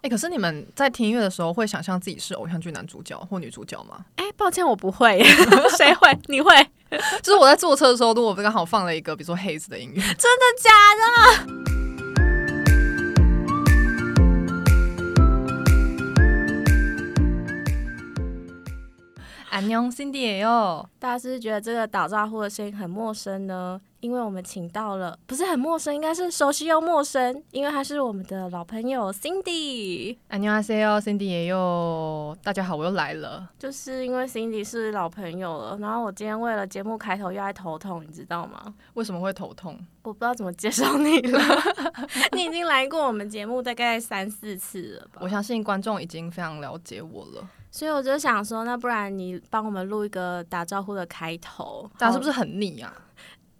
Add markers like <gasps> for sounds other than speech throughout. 哎、可是你们在听音乐的时候，会想象自己是偶像剧男主角或女主角吗？哎、抱歉，我不会， <laughs> 谁会？你会？就是我在坐车的时候，如果刚好放了一个比如说 Haze 的音乐，真的假的？ 안녕 Cindy 哟，大家是不是觉得这个打招呼的声音很陌生呢？因为我们请到了，不是很陌生，应该是熟悉又陌生，因为他是我们的老朋友 Cindy。 안녕하세요 Cindy 哟，大家好，我又来了。就是因为 Cindy 是老朋友了，然后我今天为了节目开头又在头痛，你知道吗？为什么会头痛？我不知道怎么介绍你了， <laughs> 你已经来过我们节目大概三四次了吧？我相信观众已经非常了解我了，所以我就想说，那不然你帮我们录一个打招呼的开头，大家是不是是很腻呀、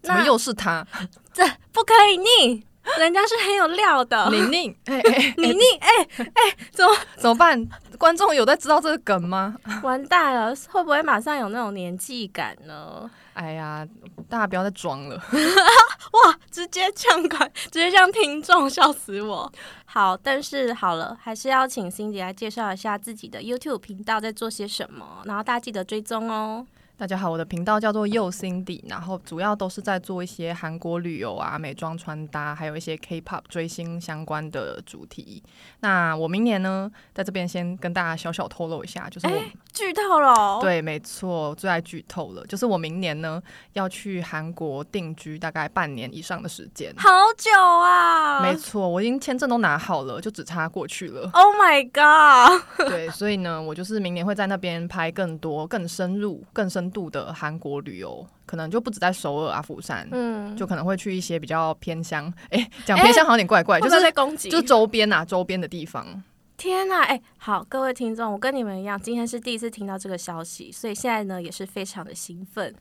怎那么又是他？这不可以腻？人家是很有料的，宁宁，哎哎，你腻哎、怎么办？观众有在知道这个梗吗？ <laughs> 完蛋了，会不会马上有那种年纪感呢？哎呀，大家不要再装了。哇，直接呛管， <laughs> 直接呛听众，笑死我！好，但是好了，还是要请辛迪来介绍一下自己的 YouTube 频道在做些什么，然后大家记得追踪哦。大家好，我的频道叫做右 Cindy，然后主要都是在做一些韩国旅游啊、美妆穿搭，还有一些 K-pop 追星相关的主题。那我明年呢，在这边先跟大家小小透露一下，就是我、剧透了哦，对，没错，最爱剧透了，就是我明年呢要去韩国定居，大概半年以上的时间。好久啊，没错，我已经签证都拿好了，就只差过去了。 ，Oh my god，对，所以呢，我就是明年会在那边拍更多、更深入、更深度的韩国旅游，可能就不止在首尔、啊阿釜山，嗯，就可能会去一些比较偏乡。哎、讲偏乡好像有点怪怪，会就不会被是攻击，就是周边啊，周边的地方。天呐、哎、好，各位听众，我跟你们一样，今天是第一次听到这个消息，所以现在呢也是非常的兴奋。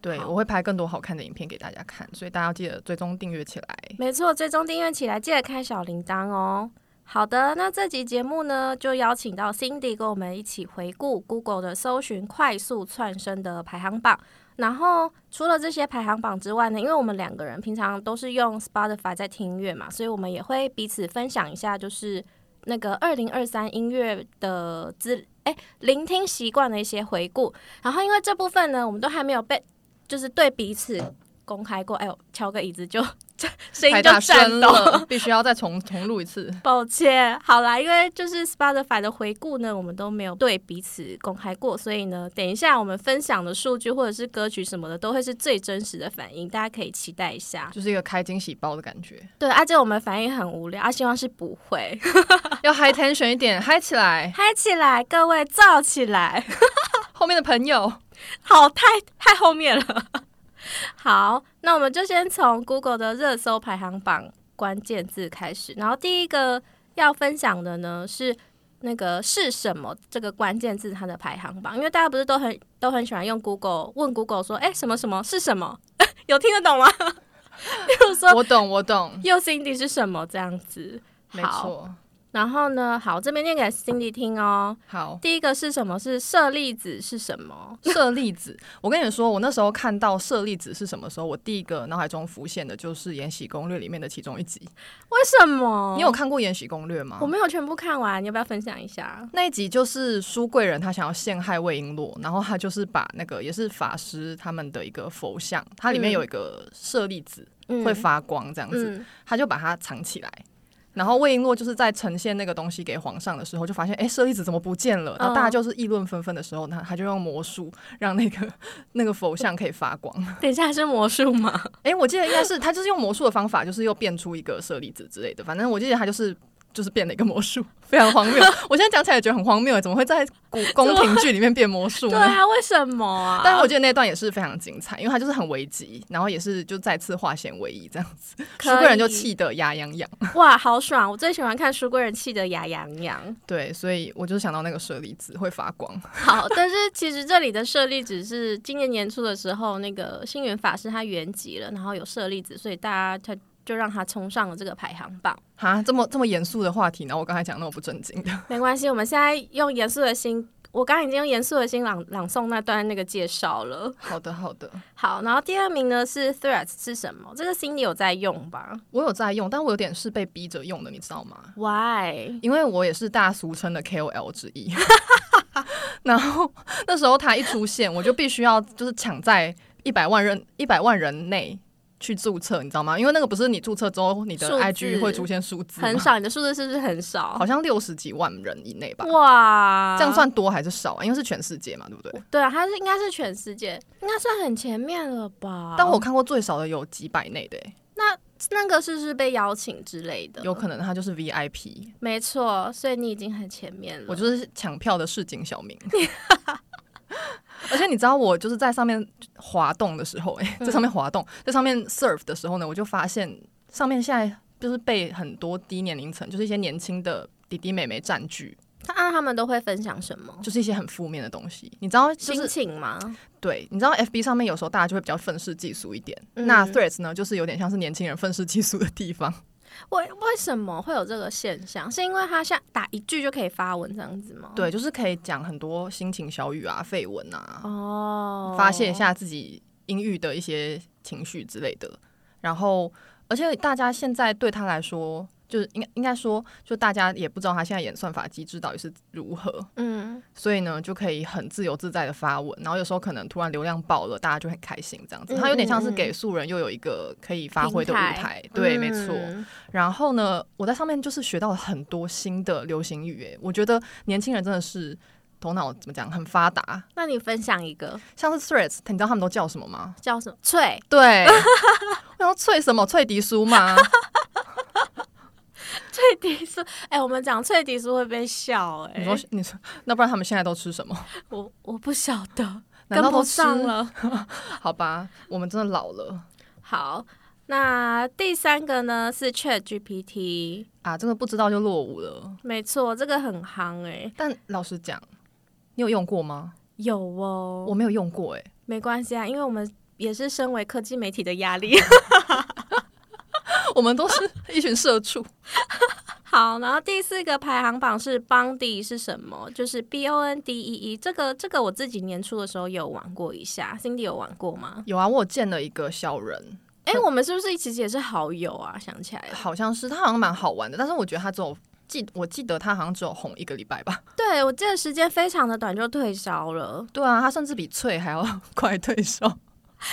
对，好我会拍更多好看的影片给大家看，所以大家要记得追踪订阅起来。没错，追踪订阅起来，记得开小铃铛哦。好的，那这集节目呢，就邀请到 Cindy 跟我们一起回顾 Google 的搜寻快速窜升的排行榜。然后除了这些排行榜之外呢，因为我们两个人平常都是用 Spotify 在听音乐嘛，所以我们也会彼此分享一下，就是那个二零二三音乐的资哎聆听习惯的一些回顾。然后因为这部分呢，我们都还没有被就是对彼此公开过，哎呦，敲个椅子就声音太就大声颤抖。了，必须要再重重录一次。抱歉，好啦，因为就是 Spotify 的回顾呢，我们都没有对彼此公开过，所以呢，等一下我们分享的数据或者是歌曲什么的，都会是最真实的反应，大家可以期待一下。就是一个开惊喜包的感觉，对，而、啊、且我们反应很无聊，啊，希望是不会要 high tension 一点，嗨起来！ <laughs> 嗨起来，各位燥起来，后面的朋友，好，太太后面了。 <laughs> 好，那我们就先从 Google 的热搜排行榜关键字开始，然后第一个要分享的呢是那个是什么这个关键字它的排行榜，因为大家不是都很都很喜欢用 Google 问 Google 说，哎、什么什么是什么， <laughs> 有听得懂吗？比如 <laughs> 说我懂，我懂，右 Cindy 是什么这样子，没好错。然后呢，好，这边念给 Cindy 听哦。好，第一个是什么？是舍利子是什么？舍利子，我跟你说，我那时候看到舍利子是什么时候，我第一个脑海中浮现的就是《延禧攻略》里面的其中一集。为什么？你有看过《延禧攻略》吗哦我？没有全部看完，你要不要分享一下？那一集就是书贵人他想要陷害魏璎珞，然后他就是把那个也是法师他们的一个佛像，它里面嗯有一个舍利子、嗯会发光这样子，嗯，他就把它藏起来。然后魏璎珞就是在呈现那个东西给皇上的时候，就发现哎，舍利子怎么不见嗯了？然后大家就是议论纷纷的时候，他他就用魔术让那个 <laughs> 那个佛像可以发光。等一下还是魔术吗？哎，我记得应该是他就是用魔术的方法，就是又变出一个舍利子之类的。反正我记得他就是就是变了一个魔术，非常荒 <laughs> 谬。我现在讲起来也觉得很荒谬，怎么会在古宫廷剧里面变魔术对呢？ <laughs> 啊，为什么啊？但是我觉得那段也是非常精彩，因为他就是很危急，然后也是就再次化险为夷这样子，可书贵人以就气得牙痒痒。哇，好爽！我最喜欢看书贵人气得牙痒痒。对，所以我就想到那个舍利子会发光。好，但是其实这里的舍利子是今年年初的时候，那个星云法师他圆寂了，然后有舍利子，所以大家他就让他冲上了这个排行榜。哈，这么这么严肃的话题，然后我刚才讲那么不正经的， <laughs> 没关系，我们现在用严肃的心我刚刚已经用严肃的心朗朗诵那段那个介绍了。好的，好的，好，然后第二名呢是 Threads 是什么？这个 Cindy 有在用吧我有在用，但我有点是被逼着用的，你知道吗？ ？Why？因为我也是大家俗称的 KOL 之一。 <laughs> 然后那时候他一出现，我就必须要就是抢在一百万人一百万人内去注册，你知道吗？因为那个不是你注册之后，你的数字 IG 会出现数字吗，很少，你的数字是不是很少好？像六十几万人以内吧。哇，这样算多还是少啊？因为是全世界嘛，对不对？对啊，它是应该是全世界，应该算很前面了吧？但我看过最少的有几百内的欸、那个是不是被邀请之类的？有可能他就是 VIP，没错，所以你已经很前面了。我就是啊抢票的市井小民。 <laughs> 而且你知道，我就是在上面滑动的时候、欸，在上面滑动，在上面 surf 的时候呢，我就发现上面现在就是被很多低年龄层，就是一些年轻的弟弟妹妹占据，他啊，他们都会分享什么？就是一些很负面的东西。你知道，哦就心是情吗？对，你知道 FB 上面有时候大家就会比较愤世嫉俗一点，嗯那 Threads 呢，就是有点像是年轻人愤世嫉俗的地方。为为什么会有这个现象？是因为他像打一句就可以发文这样子吗？，对，就是可以讲很多心情小语啊、绯闻啊，哦，发泄一。下自己阴郁的一些情绪之类的。然后，而且大家现在对他来说，就是应该应该说，就大家也不知道他现在演算法机制到底是如何，嗯，所以呢，就可以很自由自在的发文。然后有时候可能突然流量爆了，大家就很开心这样子。嗯他有点像是嗯嗯给素人又有一个可以发挥的舞平台，对，没错。嗯然后呢，我在上面就是学到了很多新的流行语，诶，我觉得年轻人真的是头脑怎么讲很发达。那你分享一个像是 Threads，你知道他们都叫什么吗？叫什么？脆，对，我 <laughs> 要脆什么？脆迪酥 <laughs> 吗？脆迪酥。哎、我们讲脆迪酥会被笑、你哎，说，你说，那不然他们现在都吃 <laughs> 什么？我我不晓得，难跟道不都吃上？了。好吧，我们真的老了好，那第三个呢是 Chat GPT，啊！这个不知道就落伍了。没错，这个很夯哎、但老实讲，你有用过吗？有哦，我没有用过、欸， <laughs> 没关系啊，因为我们也是身为科技媒体的压力。 <laughs> 我们都是一群社畜。好，然后第四个排行榜是 Bondi 是什么？就是 B O N D E E，这个这个我自己年初的时候有玩过一下，Cindy 有玩过吗？有啊，我有见了一个小人，哎、我们是不是其实也是好友啊？想起来了，好像是他好像蛮好玩的，但是我觉得他只有记，我记得他好像只有红一个礼拜吧。 <laughs> 对我记得时间非常的短就退烧了，对啊，他甚至比脆还要 <laughs> 快退烧。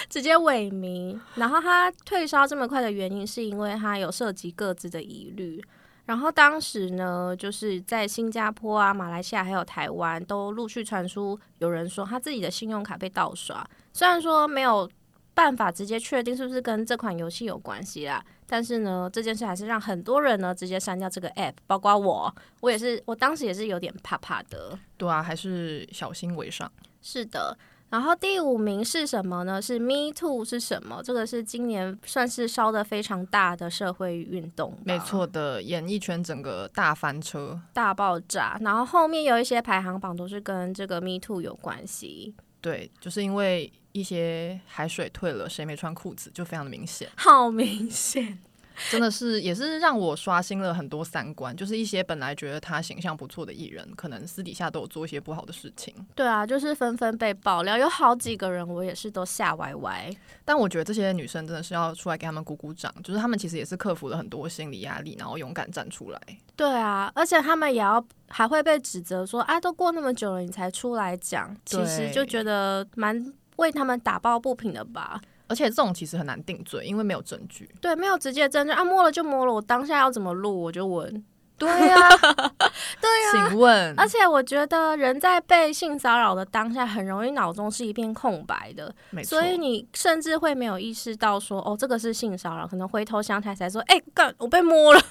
直接萎靡。然后他退烧这么快的原因，是因为他有涉及各自的疑虑。然后当时呢，就是在新加坡啊、马来西亚还有台湾，都陆续传出有人说他自己的信用卡被盗刷。虽然说没有办法直接确定是不是跟这款游戏有关系啦，但是呢，这件事还是让很多人呢直接删掉这个 app，包括我，我也是，我当时也是有点怕怕的。对啊，还是小心为上。是的。然后第五名是什么呢？是 Me Too 是什么？这个是今年算是烧的非常大的社会运动吧，没错的，演艺圈整个大翻车。大爆炸。然后后面有一些排行榜都是跟这个 Me Too 有关系，对，就是因为一些海水退了，谁没穿裤子，就非常的明显。好明显。 <laughs> 真的是也是让我刷新了很多三观，就是一些本来觉得他形象不错的艺人，可能私底下都有做一些不好的事情。对啊，就是纷纷被爆料，有好几个人我也是都吓歪歪。但我觉得这些女生真的是要出来给他们鼓鼓掌，就是她们其实也是克服了很多心理压力，然后勇敢站出来。对啊，而且他们也要还会被指责说，啊，都过那么久了，你才出来讲，其实对就觉得蛮为他们打抱不平的吧。而且这种其实很难定罪，因为没有证据。对，没有直接证据啊，摸了就摸了，我当下要怎么录我就闻。 <laughs> 对啊呀、对啊，请问而且我觉得人在被性骚扰的当下，很容易脑中是一片空白的，没错所以你甚至会没有意识到说，哦，这个是性骚扰，可能回头想起来才说，哎、干，我被摸了，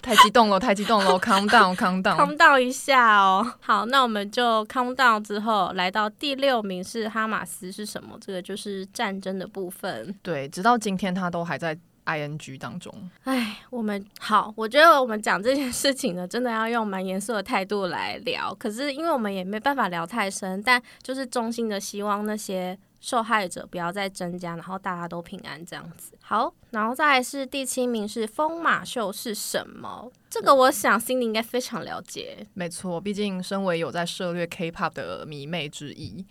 太激动了，太激动了，calm <laughs> down，calm down。 calm down 一下哦。好，那我们就 calm down 之后，来到第六名是哈马斯是什么？这个就是战争的部分。对，直到今天他都还在 ing 当中。哎，我们好，我觉得我们讲这件事情呢，真的要用蛮严肃的态度来聊。可是因为我们也没办法聊太深，但就是衷心的希望那些受害者不要再增加，然后大家都平安这样子。好，然后再来是第七名是疯马秀是什么？这个我想心里应该非常了解。没错，毕竟身为有在涉猎 K-pop 的迷妹之一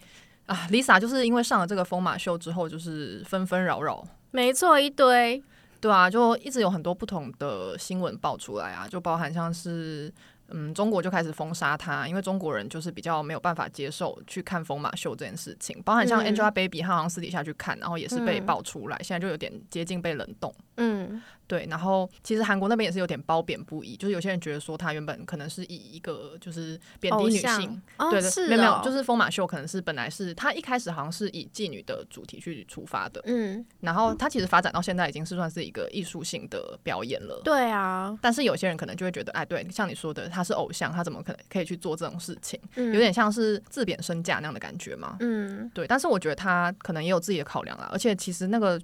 啊，Lisa 就是因为上了这个疯马秀之后，就是纷纷扰扰，没错，一堆对啊，就一直有很多不同的新闻爆出来啊，就包含像是。嗯，中国就开始封杀她，因为中国人就是比较没有办法接受去看疯马秀这件事情，包含像嗯 Angelababy，她好像私底下去看，然后也是被嗯爆出来，现在就有点接近被冷冻。嗯，对，然后其实韩国那边也是有点褒贬不一，就是有些人觉得说她原本可能是以一个就是贬低偶女像性，哦，对对，是没有没有哦，就是疯马秀可能是本来是她一开始好像是以妓女的主题去出发的，嗯，然后她其实发展到现在已经是算是一个艺术性的表演了。对啊，但是有些人可能就会觉得，哎，对，像你说的，他是偶像，他怎么可能可以去做这种事情？嗯、有点像是自贬身价那样的感觉嘛。嗯，对，但是我觉得他可能也有自己的考量啦。而且其实那个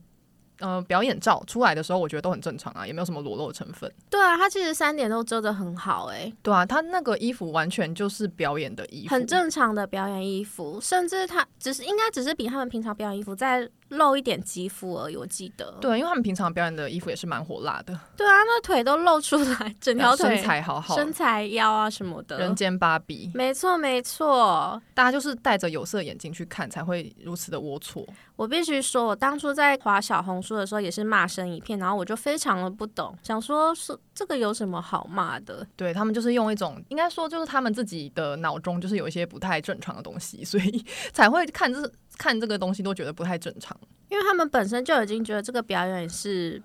呃表演照出来的时候，我觉得都很正常啊，也没有什么裸露的成分。对啊，他其实三点都遮得很好、欸，对啊，他那个衣服完全就是表演的衣服，很正常的表演衣服，甚至他只是应该只是比他们平常表演衣服再露一点肌肤而已，我记得。对，因为他们平常表演的衣服也是蛮火辣的，对啊，那腿都露出来，整条腿、 <laughs> 身材好好，嗯身材腰啊什么人的。间芭比，没错没错，大家就是戴着有色眼镜去看，才会如此的龌龊。我必须说，我当初在划小红书的时候也是骂声一片，然后我就非常的不懂，想说是这个有什么好骂的？对他们就是用一种，应该说就是他们自己的脑中就是有一些不太正常的东西，所以 <laughs> 才会看这看这个东西都觉得不太正常、因为他们本身就已经觉得这个表演是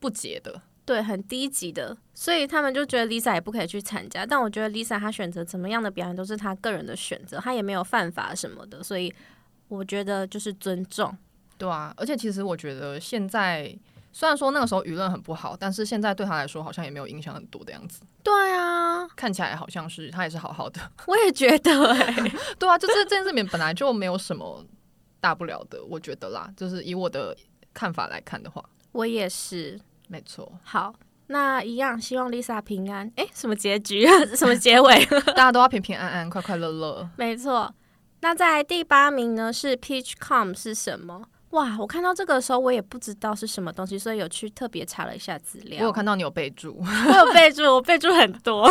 不解的。对，很低级的，所以他们就觉得 Lisa 也不可以去参加。但我觉得 Lisa 她选择怎么样的表演都是她个人的选择，她也没有犯法什么的，所以我觉得就是尊重。对啊，而且其实我觉得现在虽然说那个时候舆论很不好，但是现在对他来说好像也没有影响很多的样子，对啊，看起来好像是他也是好好的。 <laughs> 我也觉得、欸， <laughs> 对啊，就这这件事情本来就没有什么大不了的，我觉得啦，就是以我的看法来看的话，我也是。没错， <laughs> 好，那一样，希望 Lisa 平安。诶，什么结局？啊 <laughs> 什么结尾？大家都要平平安安、快快乐乐。没错。那在第八名呢是 Peachcom 是什么？哇，我看到这个的时候，我也不知道是什么东西，所以有去特别查了一下资料。我有看到你有备注。我有备注，我备注很多。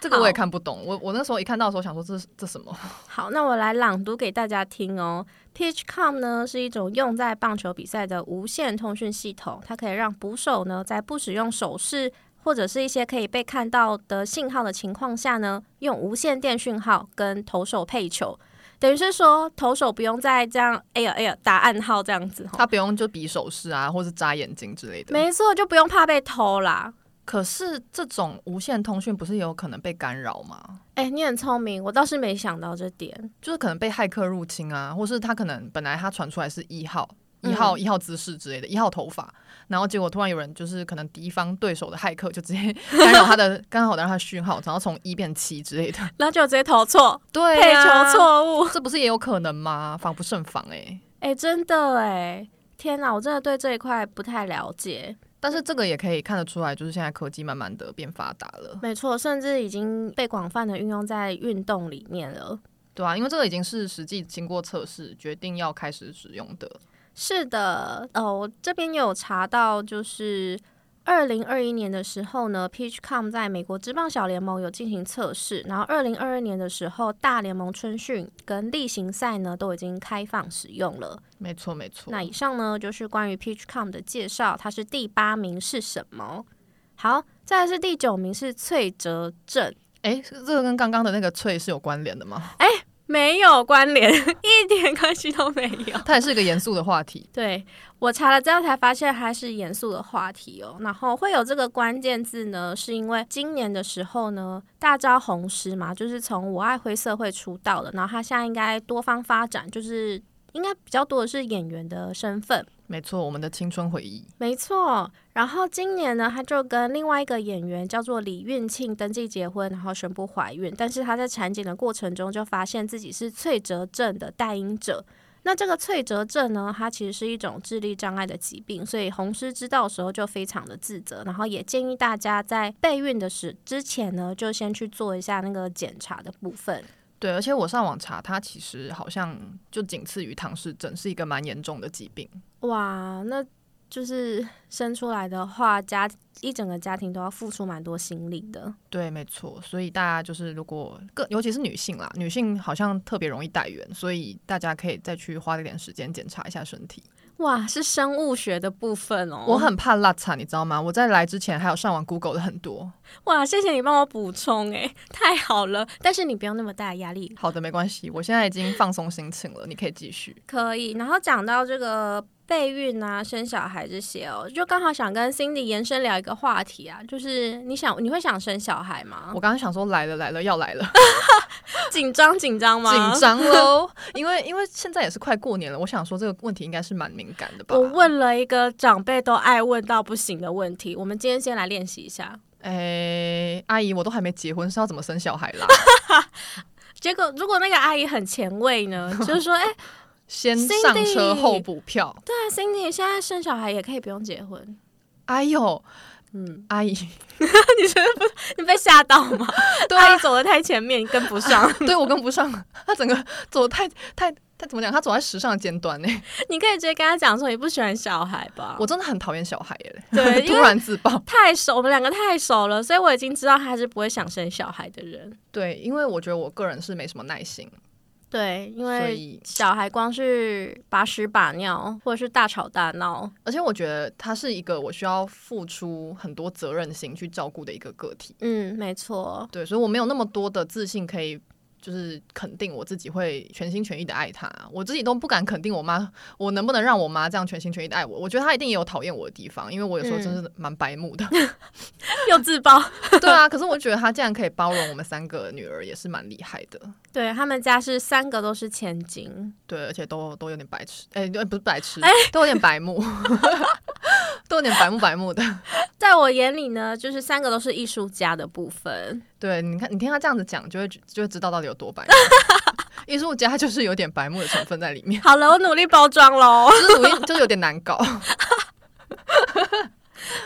这个我也看不懂，我我那时候一看到的时候想说这是这什么？好，那我来朗读给大家听哦。PitchCom 呢是一种用在棒球比赛的无线通讯系统，它可以让捕手呢在不使用手势或者是一些可以被看到的信号的情况下呢，用无线电讯号跟投手配球。等于是说，投手不用再这样，哎呀哎呀打暗号这样子吼他不用就比手势啊，或是眨眼睛之类的。没错，就不用怕被偷啦。可是这种无线通讯不是也有可能被干扰吗？哎、你很聪明，我倒是没想到这点。就是可能被骇客入侵啊，或是他可能本来他传出来是一号。嗯一号一号姿势之类的，一号头发，然后结果突然有人就是可能敌方对手的骇客就直接干扰他的干扰到他的讯号，然后从一变七之类的，那就直接投错，对、啊配球，错误。 <laughs> 这不是也有可能吗？防不胜防哎、哎、真的哎，天哪，我真的对这一块不太了解。但是这个也可以看得出来，就是现在科技慢慢的变发达了。没错，甚至已经被广泛的运用在运动里面了。对啊，因为这个已经是实际经过测试决定要开始使用的。是的，呃，我这边有查到，就是二零二一年的时候呢，Peachcom 在美国职棒小联盟有进行测试，然后二零二二年的时候，大联盟春训跟例行赛呢都已经开放使用了。没错，没错。那以上呢就是关于 Peachcom 的介绍，它是第八名是什么？好，再来是第九名是翠泽镇，哎，这个跟刚刚的那个脆是有关联的吗？ <laughs> 没有关联， <laughs> 一点关系都没有。它也是一个严肃的话题。对我查了之后才发现它是严肃的话题哦。然后会有这个关键字呢，是因为今年的时候呢，大招红师嘛，就是从我爱灰社会出道的，然后他现在应该多方发展，就是应该比较多的是演员的身份。没错，我们的青春回忆。没错，然后今年呢，她就跟另外一个演员叫做李运庆登记结婚，然后宣布怀孕。但是她在产检的过程中就发现自己是脆折症的代因者。那这个脆折症呢，它其实是一种智力障碍的疾病，所以红师知道的时候就非常的自责，然后也建议大家在备孕的时之前呢，就先去做一下那个检查的部分。对，而且我上网查，它其实好像就仅次于唐氏症，是一个蛮严重的疾病。哇，那就是生出来的话，家一整个家庭都要付出蛮多心力的。对，没错。所以大家就是如果更，尤其是女性啦，女性好像特别容易带源，所以大家可以再去花一点时间检查一下身体。哇，是生物学的部分哦。我很怕辣茶，你知道吗？我在来之前还有上网 Google 了很多。哇，谢谢你帮我补充、诶， <laughs> 太好了。但是你不用那么大的压力，好的，没关系，我现在已经放松心情了，你可以继续。可以。然后讲到这个备孕啊、生小孩这些哦，就刚好想跟 Cindy 延伸聊一个话题啊，就是你想你会想生小孩吗？我刚刚想说来了来了要来了，紧张紧张吗？紧。张喽，因为因为现在也是快过年了，我想说这个问题应该是蛮敏感的吧。我，问了一个长辈都爱问到不行的问题，我们今天先来练习一下。哎、阿姨，我都还没结婚，是要怎么生小孩啦？结果如果那个阿姨很前卫 <laughs> 呢，就是说，哎、先上车 Cindy 后补票。 <laughs> 对啊，Cindy 现在生小孩也可以不用结婚。 <laughs> 哎呦，嗯，阿姨，你被吓到吗？ <laughs> 对阿啊姨，走的太前面，跟不上。对我跟不上，他整个走得太太太怎么讲？他走在时尚的尖端呢、 <laughs> 你可以直接跟他讲说，你不喜欢小孩吧？我真的很讨厌小孩耶、 <laughs> 对因 <laughs> 为突然自爆。太熟，我们两个太熟了，所以我已经知道他是不会想生小孩的人。对，因为我觉得我个人是没什么耐心，对，因所为以小孩光是把屎把尿，或者是大吵大闹，而且我觉得他是一个我需要付出很多责任心去照顾的一个个体。嗯，没错，对，所以我没有那么多的自信可以。就是肯定我自己会全心全意的爱他，啊我自己都不敢肯定我妈，我能不能让我妈这样全心全意的爱我？我觉得她一定也有讨厌我的地方，因为我有时候真是蛮白目的。 <laughs> 又自爆。 <laughs> 对啊，可是我觉得她竟然可以包容我们三个女儿，也是蛮厉害的。对他们家是三个都是千金，对，而且都都有点白痴，哎、对不是白痴，都有点白目， <laughs> 都有点白目白目的。在我眼里呢，就是三个都是艺术家的部分。对，你看，你听他这样子讲，就会觉就会知道到底有多白目。艺术家就是有点白目的成分在里面，好了，我努力包装喽。就是努力就是有点难 <laughs> 搞。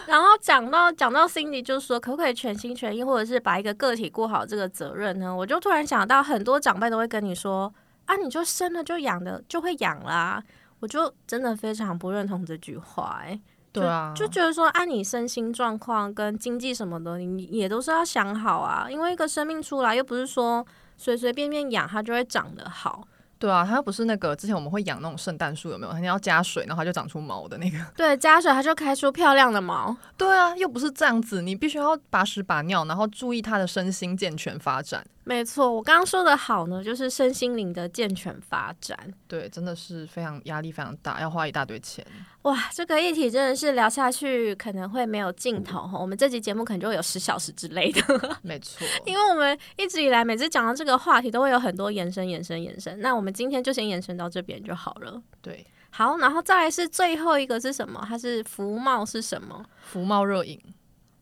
然后讲到讲到 Cindy 就说，可不可以全心全意，或者是把一个个体过好这个责任呢？我就突然想到，很多长辈都会跟你说啊，你就生了就养的就会养啦。我就真的非常不认同这句话、哎，对啊，就觉得说，按、你身心状况跟经济什么的，你也都是要想好啊，因为一个生命出来又不是说随随便便养它就会长得好。对啊，它又不是那个之前我们会养那种圣诞树，有没有？你要加水，然后它就长出毛的那个。对，加水它就开出漂亮的毛。对啊，又不是这样子，你必须要把屎把尿，然后注意它的身心健全发展。没错，我刚刚说的好呢，就是身心灵的健全发展。对，真的是非常压力非常大，要花一大堆 <laughs> 钱。哇，这个议题真的是聊下去可能会没有尽头哈，我们这集节目可能就会有十小时之类的， <laughs> 没错，因为我们一直以来每次讲到这个话题都会有很多延伸、延伸、延伸。那我们今天就先延伸到这边就好了。对，好，然后再来是最后一个是什么？它是福茂是什么？福茂热饮，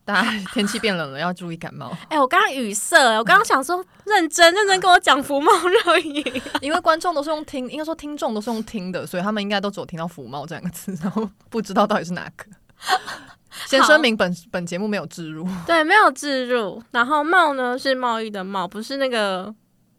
大家 <laughs> 天气变冷了要注意感冒， <laughs> 哎、我刚刚语塞了，我刚刚想说认真认真跟我讲福茂热饮，因为观众都是用听，应该说听众都是用听的，所以他们应该都只有听到福茂这两个字， <laughs> 然后不知道到底是哪个。 <laughs> 先声明本本节目没有植入， <laughs> 对，没有置入。然后茂呢是贸易的贸，不是那个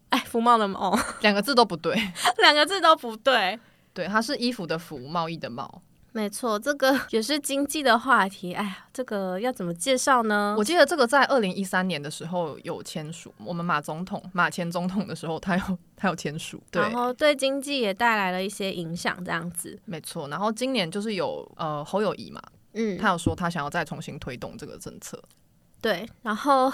哎福茂的茂， <laughs> 两个字都不对。两个字都不对。对，它是衣服的服，贸易的贸。没错，这个 <laughs> 也是经济的话题。哎呀，这个要怎么介绍呢？我记得这个在二零一三年的时候有签署，我们马总统、马前总统的时候，他有他有签署。对然，后对经济也带来了一些影响，这样子。没错。然后今年就是有呃侯友谊嘛，嗯，他有说他想要再重新推动这个政策。对，然后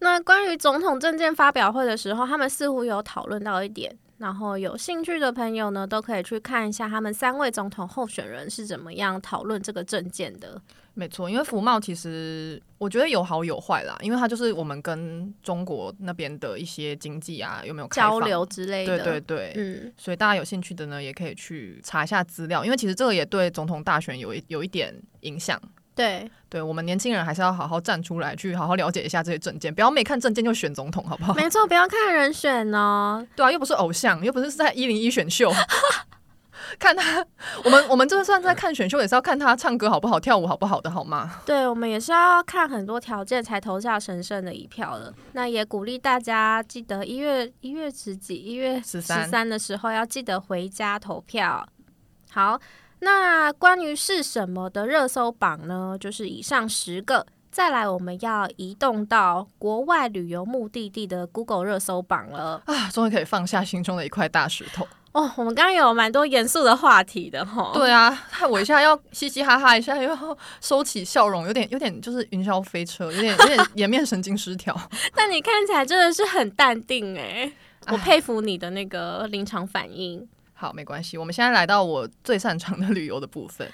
那关于总统证件发表会的时候，他们似乎有讨论到一点，然后有兴趣的朋友呢，都可以去看一下他们三位总统候选人是怎么样讨论这个证件的。没错，因为服贸其实我觉得有好有坏啦，因为它就是我们跟中国那边的一些经济啊有没有开放交流？之类的。对对对。嗯，所以大家有兴趣的呢，也可以去查一下资料，因为其实这个也对总统大选有一有一点影响。对，对我们年轻人还是要好好站出来，去好好了解一下这些证件，不要没看证件就选总统，好不好？没错，不要看人选哦。对啊，又不是偶像，又不是在一零一选秀， <laughs> 看他，我们我们就算在看选秀，也是要看他唱歌好不好，跳舞好不好的，好吗？对，我们也是要看很多条件才投下神圣的一票的。那也鼓励大家记得一月一月十几，一月十13三的时候要记得回家投票。好，那关于是什么的热搜榜呢？就是以上十个。再来，我们要移动到国外旅游目的地的 Google 热搜榜了。啊，终于可以放下心中的一块大石头。哦，我们刚刚有蛮多严肃的话题的哈。对啊，害我一下要嘻嘻哈哈，一下又要收起笑容，有点有点就是云霄飞车，有点有点颜面神经失调。但你看起来真的是很淡定哎、我佩服你的那个临场反应。好，没关系，我们现在来到我最擅长的旅游的部分。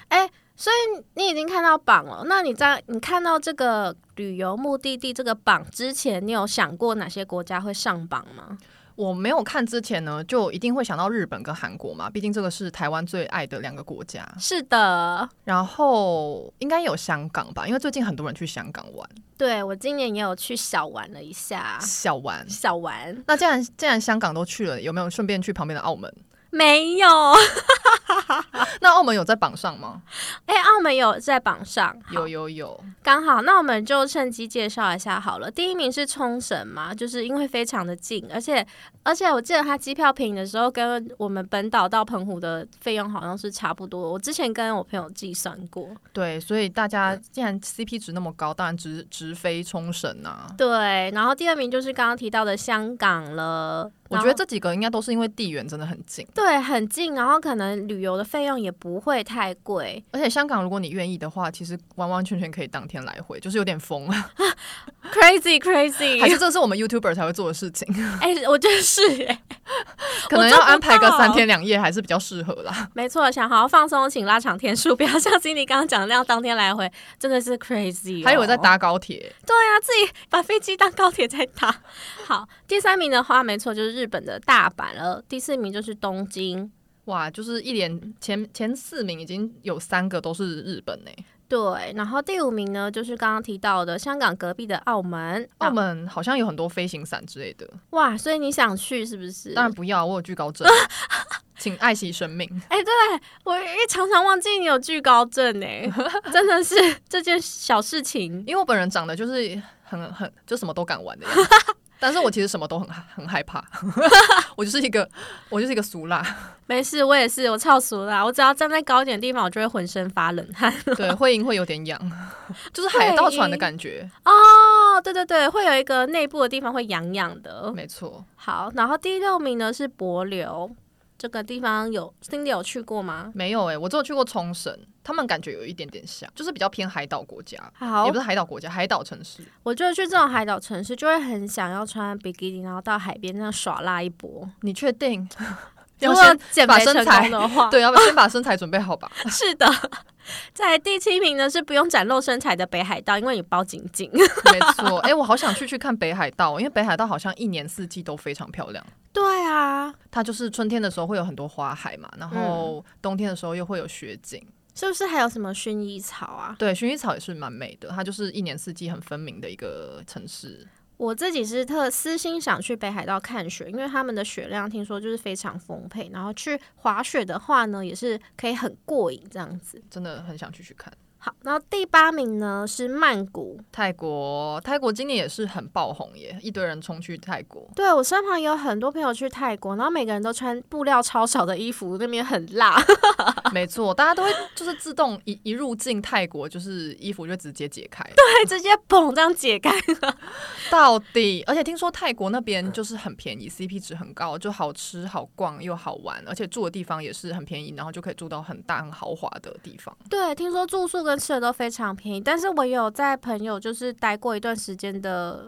你已经看到榜了，那你在你看到这个旅游目的地这个榜之前，你有想过哪些国家会上榜吗？我没有看之前呢，就一定会想到日本跟韩国嘛，毕竟这个是台湾最爱的两个国家。是的，然后应该有香港吧，因为最近很多人去香港玩，对我今年也有去小玩了一下，小玩。小玩那既然既然香港都去了，有没有顺便去旁边的澳门？没有，那澳门有在榜上吗？哎、澳门有在榜上，好有有有，刚好，那我们就趁机介绍一下好了。第一名是冲绳嘛，就是因为非常的近，而且而且我记得它机票便宜的时候，跟我们本岛到澎湖的费用好像是差不多。我之前跟我朋友计算过，对，所以大家既然 CP 值那么高，当然直直飞冲绳啊。对。然后第二名就是刚刚提到的香港了，我然觉后得这几个应该都是因为地缘真的很近，对很近，然后可能旅游的费用也不会太 <laughs> 贵。而且香港如果你愿意的话，其实完完全全可以当天来回，就是有点疯，哎 Crazy 还 crazy，是这是我们 YouTuber 才会做的事情，哎、我觉得是、哎可能要安排个三天两夜还是比较适合啦。没错，想好好放松，请拉长天数，不要像经理刚刚讲的那样当天来回，真的是 crazy、还有在，搭高铁，他自己把飞机当高铁在搭。好，第三名的话，没错，就是日本的大阪了。第四名就是东京，哇，就是一连前前四名已经有三个都是日本欸呢、对。然后第五名呢，就是刚刚提到的香港隔壁的澳门。澳门好像有很多飞行伞之类的，哇，所以你想去是不是？当然不要，我有惧高 <laughs> 症，请爱惜生命。我一常常忘记你有惧高症哎、 <laughs> 真的是这件小事情。因为我本人长得就是很很就什么都敢玩的样子， <laughs> 但是我其实什么都很很害怕，我就是一个我就是一个俗 <laughs> 辣，没事，我也是，我超俗啦，我只要站在高一点的地方，我就会浑身发冷汗。 <laughs> 对，会阴会有点痒，就是海盗船的感觉，哦，对对对，会有一个内部的地方会痒痒的。没错。好，然后第六名呢是帛琉，这个地方有 Cindy 有去过吗？没有诶、欸我只有去过冲绳，他们感觉有一点点像，就是比较偏海岛国家，好也不，是海岛国家，海岛城市。我觉得去这种海岛城市就会很想要穿比基尼，然后到海边那样耍辣一波。你确定？<laughs> 如要果先减把肥身成材功的话，对，要不要先把身材准备好吧？ <laughs> 是的。在第七名呢是不用展露身材的北海道，因为你包紧 <laughs> 紧。<laughs> 没错，诶、我好想去去看北海道，因为北海道好像一年四季都非常漂亮。对啊，它就是春天的时候会有很多花海嘛，然后冬天的时候又会有雪景。是不是还有什么薰衣草啊？对，薰衣草也是蛮美的，它就是一年四季很分明的一个城市。我自己是特私心想去北海道看雪，因为他们的雪量听说就是非常丰沛，然后去滑雪的话呢，也是可以很过瘾这样子。真的很想去去看好，然后第八名呢是曼谷，泰国。泰国今年也是很爆红耶，一堆人冲去泰 <laughs> 国。对我身旁有很多朋友去泰国，然后每个人都穿布料超少的衣服，那边很辣。 <laughs> 没错，大家都会就是自动一一入境泰国，就是衣服就直接解 <laughs> 开。对，对，直接嘣这样解开。 <laughs> 到底而且听说泰国那边就是很便宜，CP 值很高，就好吃、好逛又好玩，而且住的地方也是很便宜，然后就可以住到很大很豪华的地方。对，听说住宿跟吃的都非常便宜，但是我有在朋友就是待过一段时间的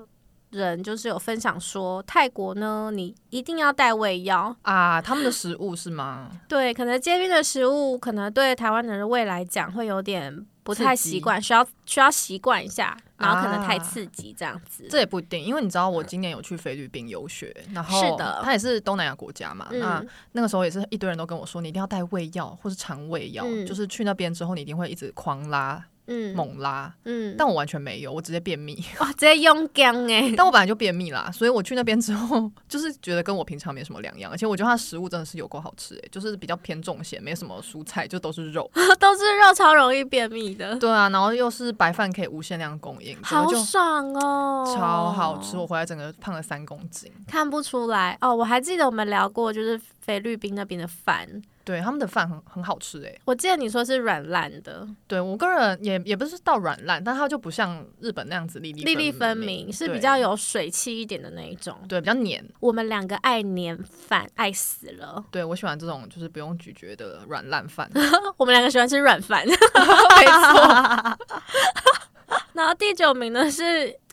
人，就是有分享说，泰国呢，你一定要带胃药。啊，他们的食物是吗？对，可能街边的食物，可能对台湾人的胃来讲会有点不太刺激习惯，需要需要习惯一下，然后可能太啊刺激这样子。这也不一定，因为你知道我今年有去菲律宾游学，然后是的它也是东南亚国家嘛，那嗯，那个时候也是一堆人都跟我说，你一定要带胃药或是肠胃药，嗯就是去那边之后你一定会一直狂拉。嗯猛拉，嗯，但我完全没有，我直接便秘。哇，直接用姜哎，但我本来就便秘啦，所以我去那边之后，就是觉得跟我平常没什么两样，而且我觉得它的食物真的是有够好吃、欸，就是比较偏重咸，没什么蔬菜，就都是肉。 <laughs> 都是肉超容易便秘的，对啊，然后又是白饭可以无限量供应，整好个就爽哦，超好吃。我回来整个胖了三公斤。看不出来哦。我还记得我们聊过，就是菲律宾那边的饭，对，他们的饭很很好吃诶、欸我记得你说是软烂的，对我个人也也不是到软烂，但它就不像日本那样子粒粒粒粒分明，明，是对比较有水汽一点的那一种。对，比较黏。我们两个爱黏饭，爱死了。 <laughs> 对我喜欢这种就是不用咀嚼的软烂饭。我们两个喜欢吃软饭， <laughs> 没错， <laughs> 然后第九名呢是，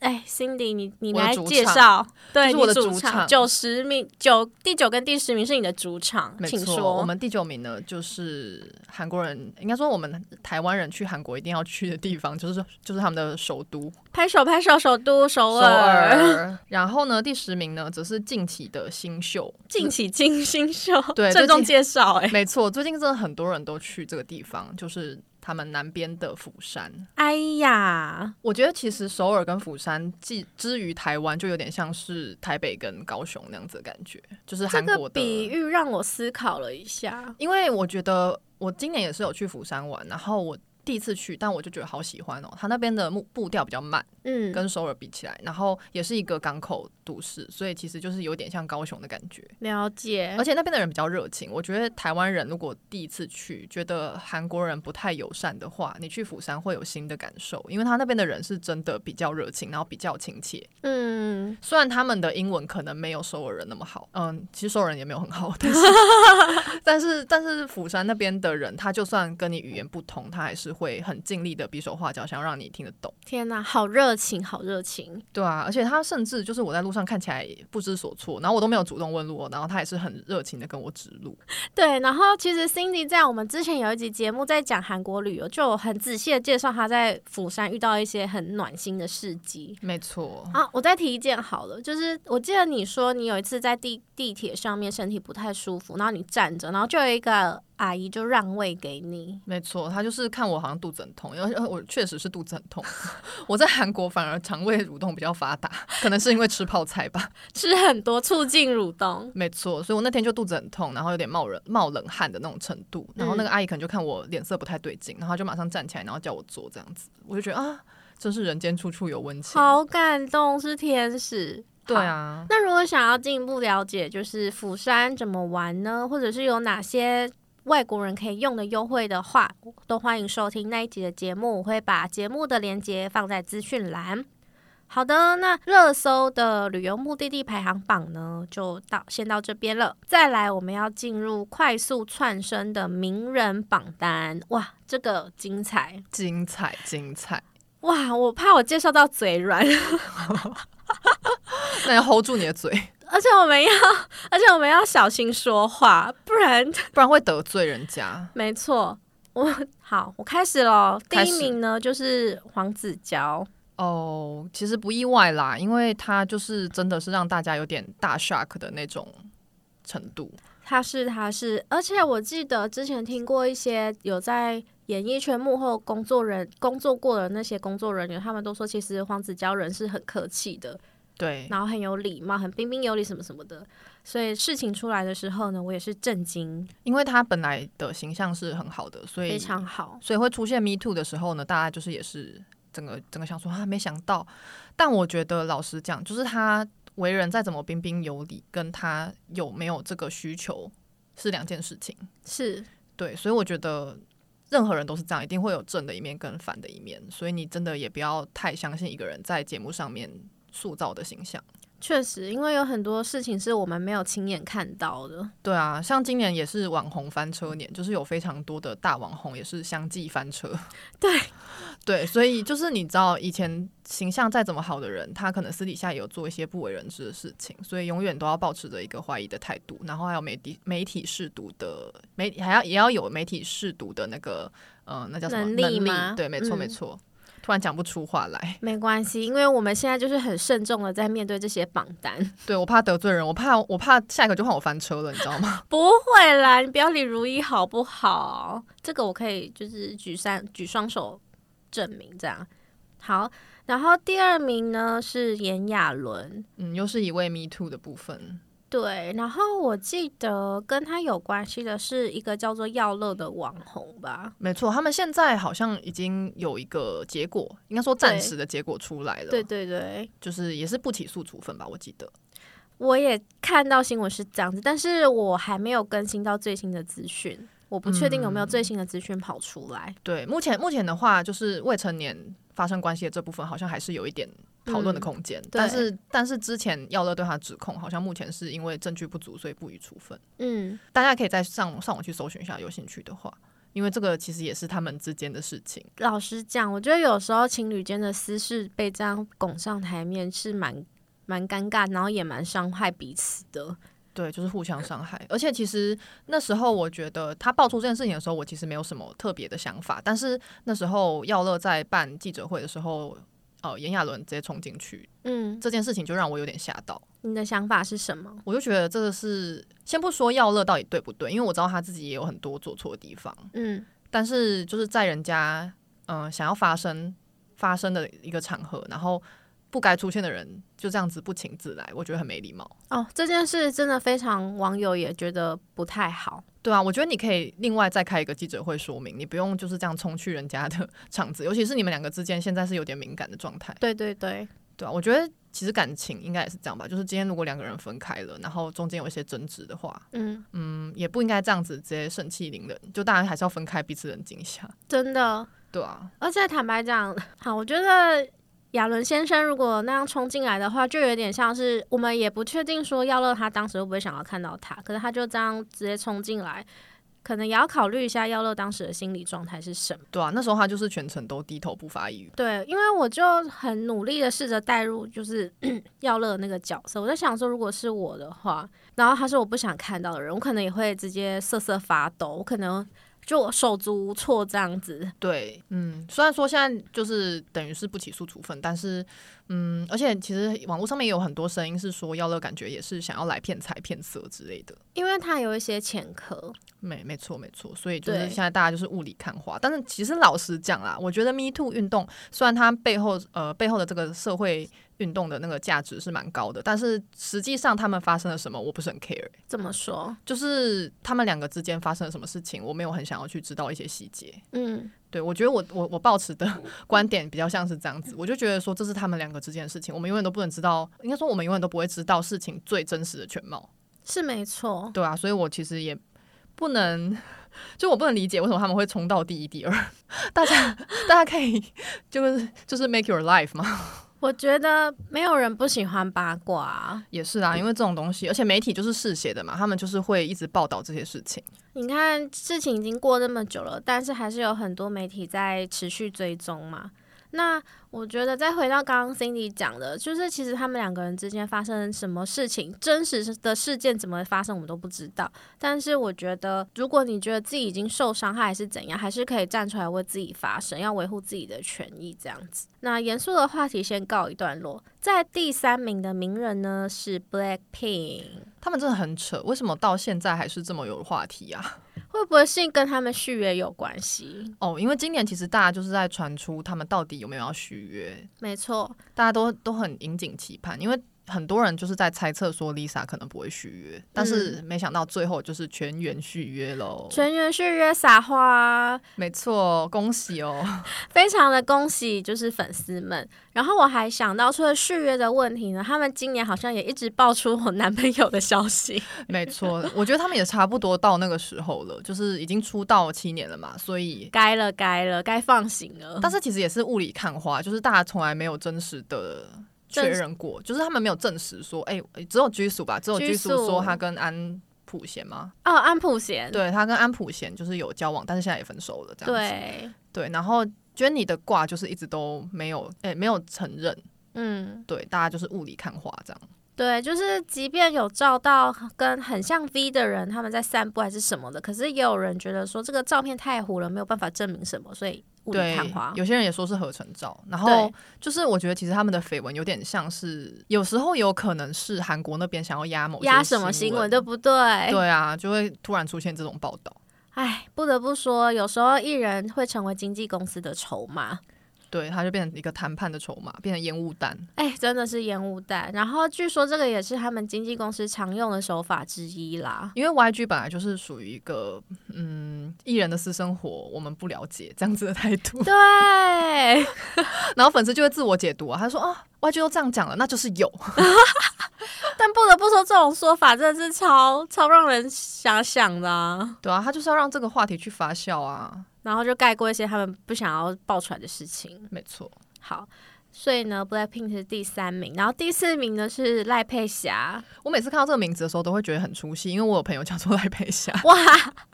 哎，Cindy，你你我的来主介场绍，这对，是你我的主主场九十名九第九跟第十名是你的主场，没请错。说。我们第九名呢，就是韩国人，应该说我们台湾人去韩国一定要去的地方，就是就是他们的首都拍手拍手，首都首首尔，尔。 <laughs> 然后呢，第十名呢，则是近期的新秀，敬请金星 <laughs> 秀，对郑最重近介绍、哎。没错，最近真的很多人都去这个地方，就是他们南边的釜山。哎呀，我觉得其实首尔跟釜山，既之于台湾，就有点像是台北跟高雄那样子的感觉，就是这韩个国的。比喻让我思考了一下。因为我觉得我今年也是有去釜山玩，然后我第一次去，但我就觉得好喜欢哦。它那边的步步调比较慢，嗯，跟首尔比起来，然后也是一个港口都市，所以其实就是有点像高雄的感觉。了解而。且那边的人比较热情，我觉得台湾人如果第一次去，觉得韩国人不太友善的话，你去釜山会有新的感受，因为他那边的人是真的比较热情，然后比较亲切。嗯，虽然他们的英文可能没有首尔人那么好，嗯，其实首尔人也没有很好，但 <laughs> 是但是但是釜山那边的人，他就算跟你语言不通，他还是会很尽力的比手画脚，想要让你听得懂。天哪，好热情，好热情。对啊，而且他甚至就是我在路上看起来不知所措，然后我都没有主动问路哦，然后他也是很热情的跟我指路。对，然后其实 Cindy 在我们之前有一集节目在讲韩国旅游，就有很仔细的介绍她在釜山遇到一些很暖心的事迹。没错，啊，我再提一件好了，就是我记得你说你有一次在地地铁上面身体不太舒服，然后你站着，然后就有一个阿姨就让位给你，没错，他就是看我好像肚子很痛，因为呃我确实是肚子很 <laughs> 痛。我在韩国反而肠胃蠕动比较发达，可能是因为吃泡菜吧。吃很多促进蠕动。没错，所以我那天就肚子很痛，然后有点冒冷冒冷汗的那种程度。然嗯后那个阿姨可能就看我脸色不太对劲，然后她就马上站起来，然后叫我坐这样子。我就觉得啊，真是人间处处有温情。好感动，是天使。对好。啊，那如果想要进一步了解，就是釜山怎么玩呢，或者是有哪些外国人可以用的优惠的话，都欢迎收听那一集的节目，我会把节目的链接放在资讯栏。好的，那热搜的旅游目的地排行榜呢，就到先到这边了。再来，我们要进入快速窜升的名人榜单，哇，这个精彩！精彩精彩！哇，我怕我介绍到嘴软， <laughs> 那要 hold 住你的嘴， <laughs> 而且我们要， <laughs> 而且我们要小心说话，不然不然会得罪人家。没错。我好，我开始喽。第开一始名呢就是黄子佼，哦，其实不意外啦，因为他就是真的是让大家有点大 shock 的那种程度。他是他是，而且我记得之前听过一些有在演艺圈幕后工作人工作过的那些工作人员，他们都说其实黄子佼人是很客气的，对，然后很有礼貌，很彬彬有礼什么什么的。所以事情出来的时候呢，我也是震惊，因为他本来的形象是很好的，所以非常好。所以会出现 Me Too 的时候呢，大家就是也是整个整个想说啊，没想到。但我觉得老实讲，就是他为人再怎么彬彬有礼，跟他有没有这个需求是两件事情。是对，所以我觉得任何人都是这样，一定会有正的一面跟反的一面。所以你真的也不要太相信一个人在节目上面塑造的形象。确实，因为有很多事情是我们没有亲眼看到的。对啊，像今年也是网红翻车年，就是有非常多的大网红也是相继翻车。 <laughs> 对，对，所以就是你知道，以前形象再怎么好的人，他可能私底下也有做一些不为人知的事情，所以永远都要保持着一个怀疑的态度，然后还有媒体媒体试读的媒还要也要有媒体试读的那个呃，那叫什么能力吗对，没错、嗯没错。突然讲不出话来，没关系，因为我们现在就是很慎重的在面对这些榜单。 <laughs> 对我怕得罪人，我怕我怕下一个就换我翻车了，你知道吗？ <laughs> 不会啦，你不要理如一好不好？这个我可以就是举三举双手证明这样。好，然后第二名呢是炎亚纶，嗯，又是一位 Me Too 的部分。对，然后我记得跟他有关系的是一个叫做耀乐的网红吧，没错，他们现在好像已经有一个结果，应该说暂对时的结果出来了。对，对对，就是也是不起诉处分吧，我记得。我也看到新闻是这样子，但是我还没有更新到最新的资讯，我不确定有没有最新的资讯跑出来。对，目前目前的话，就是未成年发生关系的这部分，好像还是有一点讨论的空间。但是但是之前耀乐对他指控，好像目前是因为证据不足，所以不予处分。嗯，大家可以再上上网去搜寻一下，有兴趣的话，因为这个其实也是他们之间的事情。老实讲，我觉得有时候情侣间的私事被这样拱上台面是蛮蛮尴尬，然后也蛮伤害彼此的。对，就是互相伤害。而且其实那时候我觉得他爆出这件事情的时候，我其实没有什么特别的想法。但是那时候耀乐在办记者会的时候，呃，炎亚纶直接冲进去，嗯，这件事情就让我有点吓到。你的想法是什么？我就觉得这个是先不说耀乐到底对不对，因为我知道他自己也有很多做错的地方，嗯，但是就是在人家嗯、呃想要发生发生的一个场合，然后不该出现的人就这样子不请自来，我觉得很没礼貌。哦，这件事真的非常网友也觉得不太好。对啊，我觉得你可以另外再开一个记者会说明，你不用就是这样冲去人家的场子，尤 <laughs> 其是你们两个之间现在是有点敏感的状态，对对对，对啊，我觉得其实感情应该也是这样吧，就是今天如果两个人分开了，然后中间有一些争执的话，嗯，嗯，也不应该这样子直接盛气凌人，就大家还是要分开，彼此冷静一下，真的，对啊，而且坦白讲，好，我觉得亚伦先生如果那样冲进来的话，就有点像是我们也不确定说耀乐他当时会不会想要看到他，可是他就这样直接冲进来，可能也要考虑一下耀乐当时的心理状态是什么。对啊，那时候他就是全程都低头不发一语，对，因为我就很努力的试着带入就是 <coughs> 耀乐那个角色，我在想说，如果是我的话，然后他是我不想看到的人，我可能也会直接瑟瑟发抖，我可能就手足无措这样子。对，嗯，虽然说现在就是等于是不起诉处分，但是，嗯，而且其实网络上面也有很多声音是说耀乐感觉也是想要来骗财骗色之类的。因为他有一些前科，没没错没错，所以就是对现在大家就是雾里看花。但是其实老实讲啦，我觉得 Me Too 运动虽然它背后呃背后的这个社会运动的那个价值是蛮高的，但是实际上他们发生了什么，我不是很 care、这么说，就是他们两个之间发生了什么事情，我没有很想要去知道一些细节。嗯，对我觉得我我我抱持的观点比较像是这样子，我就觉得说这是他们两个之间的事情，我们永远都不能知道，应该说我们永远都不会知道事情最真实的全貌。是没错。对啊，所以我其实也不能，就我不能理解为什么他们会冲到第一、第二。大家大家可以就是就是 make your life 嘛，我觉得没有人不喜欢八卦啊、也是啊，因为这种东西，而且媒体就是嗜血的嘛，他们就是会一直报道这些事情。你看，事情已经过那么久了，但是还是有很多媒体在持续追踪嘛。那我觉得再回到刚刚 Cindy 讲的，就是其实他们两个人之间发生什么事情，真实的事件怎么发生我们都不知道。但是我觉得，如果你觉得自己已经受伤害还是怎样，还是可以站出来为自己发声，要维护自己的权益这样子。那严肃的话题先告一段落，在第三名的名人呢是 Blackpink。他们真的很扯，为什么到现在还是这么有话题啊？ <laughs> 会不会是跟他们续约有关系？哦，因为今年其实大家就是在传出他们到底有没有要续约，没错，大家都都很引颈期盼，因为很多人就是在猜测说 Lisa 可能不会续约，但是没想到最后就是全员续约喽。全员续约撒花，没错，恭喜哦！ <laughs> 非常的恭喜，就是粉丝们。然后我还想到，除了续约的问题呢，他们今年好像也一直爆出我男朋友的消息。 <laughs> 没错，我觉得他们也差不多到那个时候了，就是已经出道七年了嘛，所以。该了，该了，该放行了。但是其实也是雾里看花，就是大家从来没有真实的确认过，就是他们没有证实说，哎、只有居属吧，只有居属 Jisoo 说他跟安普贤吗？哦，安普贤，对他跟安普贤就是有交往，但是现在也分手了，这样子。对，对，然后 Jenny 的卦就是一直都没有，哎、没有承认，嗯。对，大家就是雾里看花这样。对，就是即便有照到跟很像 V 的人，他们在散步还是什么的，可是也有人觉得说这个照片太糊了，没有办法证明什么，所以雾里对看花，。有些人也说是合成照，然后对就是我觉得其实他们的绯闻有点像是，有时候有可能是韩国那边想要压某些压什么新新闻，对不对？对啊，就会突然出现这种报道。哎，不得不说，有时候艺人会成为经纪公司的筹码。对，它就变成一个谈判的筹码，变成烟雾弹。哎，真的是烟雾弹。然后据说这个也是他们经纪公司常用的手法之一啦。因为 YG 本来就是属于一个嗯艺人的私生活我们不了解这样子的态度， <laughs> 对，然后粉丝就会自我解读啊，他说啊 YG 都这样讲了，那就是有， <laughs> 但不得不说，这种说法真的是超超让人遐想的、啊。对啊，他就是要让这个话题去发酵啊，然后就盖过一些他们不想要爆出来的事情。没错，好，所以呢，BLACKPINK 是第三名，然后第四名呢是赖佩霞。我每次看到这个名字的时候都会觉得很出戏，因为我有朋友叫做赖佩霞，哇，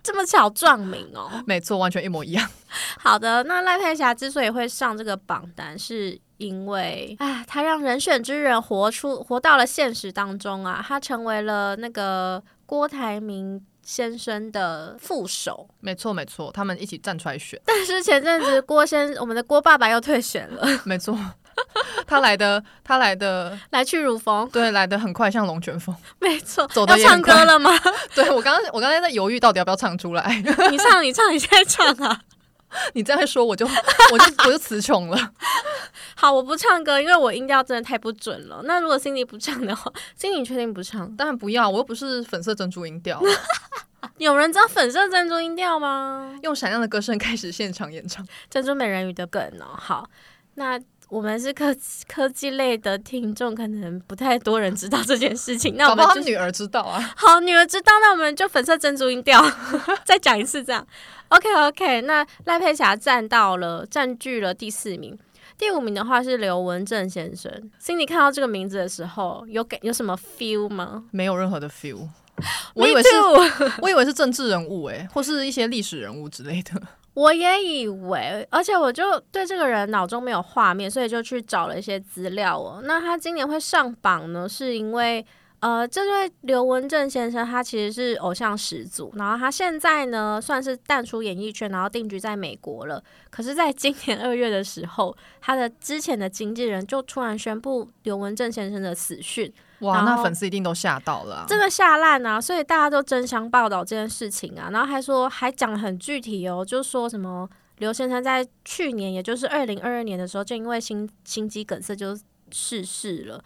这么巧撞名哦！ <laughs> 没错，完全一模一样，好的，那赖佩霞之所以会上这个榜单，是因为啊，她让人选之人活出活到了现实当中啊，她成为了那个郭台铭先生的副手。 <laughs> <laughs> 没错没错，他们一起站出来选， <laughs> 但是前阵子郭先，我们的郭爸爸又退选了，没错，他来的他来的来去如风。对来的很快，像龙卷风，没错，走得要也很唱歌快了吗？ <laughs> 对我刚 <laughs> 刚我刚才在犹豫到底要不要唱出来，你唱，你唱，你现在唱啊！ <laughs> 你这样一说 <laughs> 我就我就我就词穷了。好，我不唱歌，因为我音调真的太不准了。那如果 Cindy 不唱的话，Cindy 你确定不唱？当然不要，我又不是粉色珍珠音 <laughs> 调，有人知道粉色珍珠音调吗？用闪亮的歌声开始现场演 <laughs> 唱。珍珠美人鱼的梗哦。好，那我们是科科技类的听众，可能不太多人知道这件 <laughs> 事情。那宝我宝们他就女儿知道啊，好，女儿知道，那我们就粉色珍珠音调， <laughs> 再讲一次这样。OK OK，那赖佩霞占到了，占据了第四名。第五名的话是刘文正先生。Cindy 看到这个名字的时候，有给有什么 feel 吗？没有任何的 <laughs> feel。我以为是 Me，too 我以为是政治人物哎、或是一些历史人物之类的。我也以为，而且我就对这个人脑中没有画面，所以就去找了一些资料哦。那他今年会上榜呢，是因为呃，这位刘文正先生他其实是偶像始祖，然后他现在呢算是淡出演艺圈，然后定居在美国了。可是，在今年二月的时候，他的之前的经纪人就突然宣布刘文正先生的死讯，哇，然后那粉丝一定都吓到了、啊。真的吓烂啊！所以大家都争相报道这件事情啊，然后还说还讲得很具体哦，就说什么刘先生在去年，也就是二零二二年的时候，就因为心心肌梗塞就逝世了。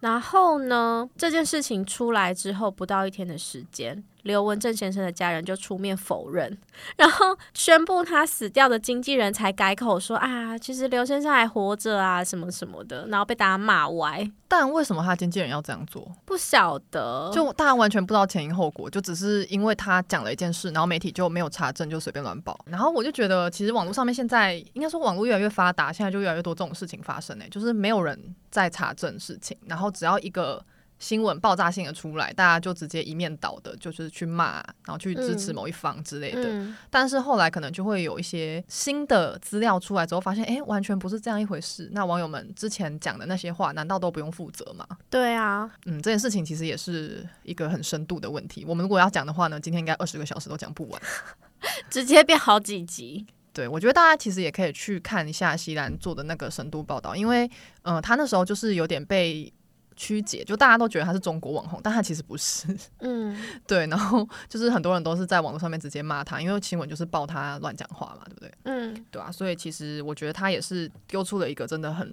然后呢，这件事情出来之后不到一天的时间，刘文正先生的家人就出面否认，然后宣布他死掉的经纪人才改口说啊，其实刘先生还活着啊，什么什么的，然后被大家骂歪。但为什么他经纪人要这样做？不晓得，就大家完全不知道前因后果，就只是因为他讲了一件事，然后媒体就没有查证，就随便乱报。然后我就觉得，其实网络上面现在应该说网络越来越发达，现在就越来越多这种事情发生呢、就是没有人在查证事情，然后只要一个新闻爆炸性的出来，大家就直接一面倒的，就是去骂，然后去支持嗯某一方之类的。嗯，但是后来可能就会有一些新的资料出来之后，发现哎、诶完全不是这样一回事。那网友们之前讲的那些话，难道都不用负责吗？对啊，嗯，这件事情其实也是一个很深度的问题。我们如果要讲的话呢，今天应该二十个小时都讲不完。直接变好几集。对，我觉得大家其实也可以去看一下西兰做的那个深度报道，因为嗯、呃他那时候就是有点被曲解，就大家都觉得他是中国网红，但他其实不是。 <laughs> 嗯，对，然后就是很多人都是在网络上面直接骂他，因为新闻就是爆他乱讲话嘛，对不对？嗯，对啊，所以其实我觉得他也是丢出了一个真的很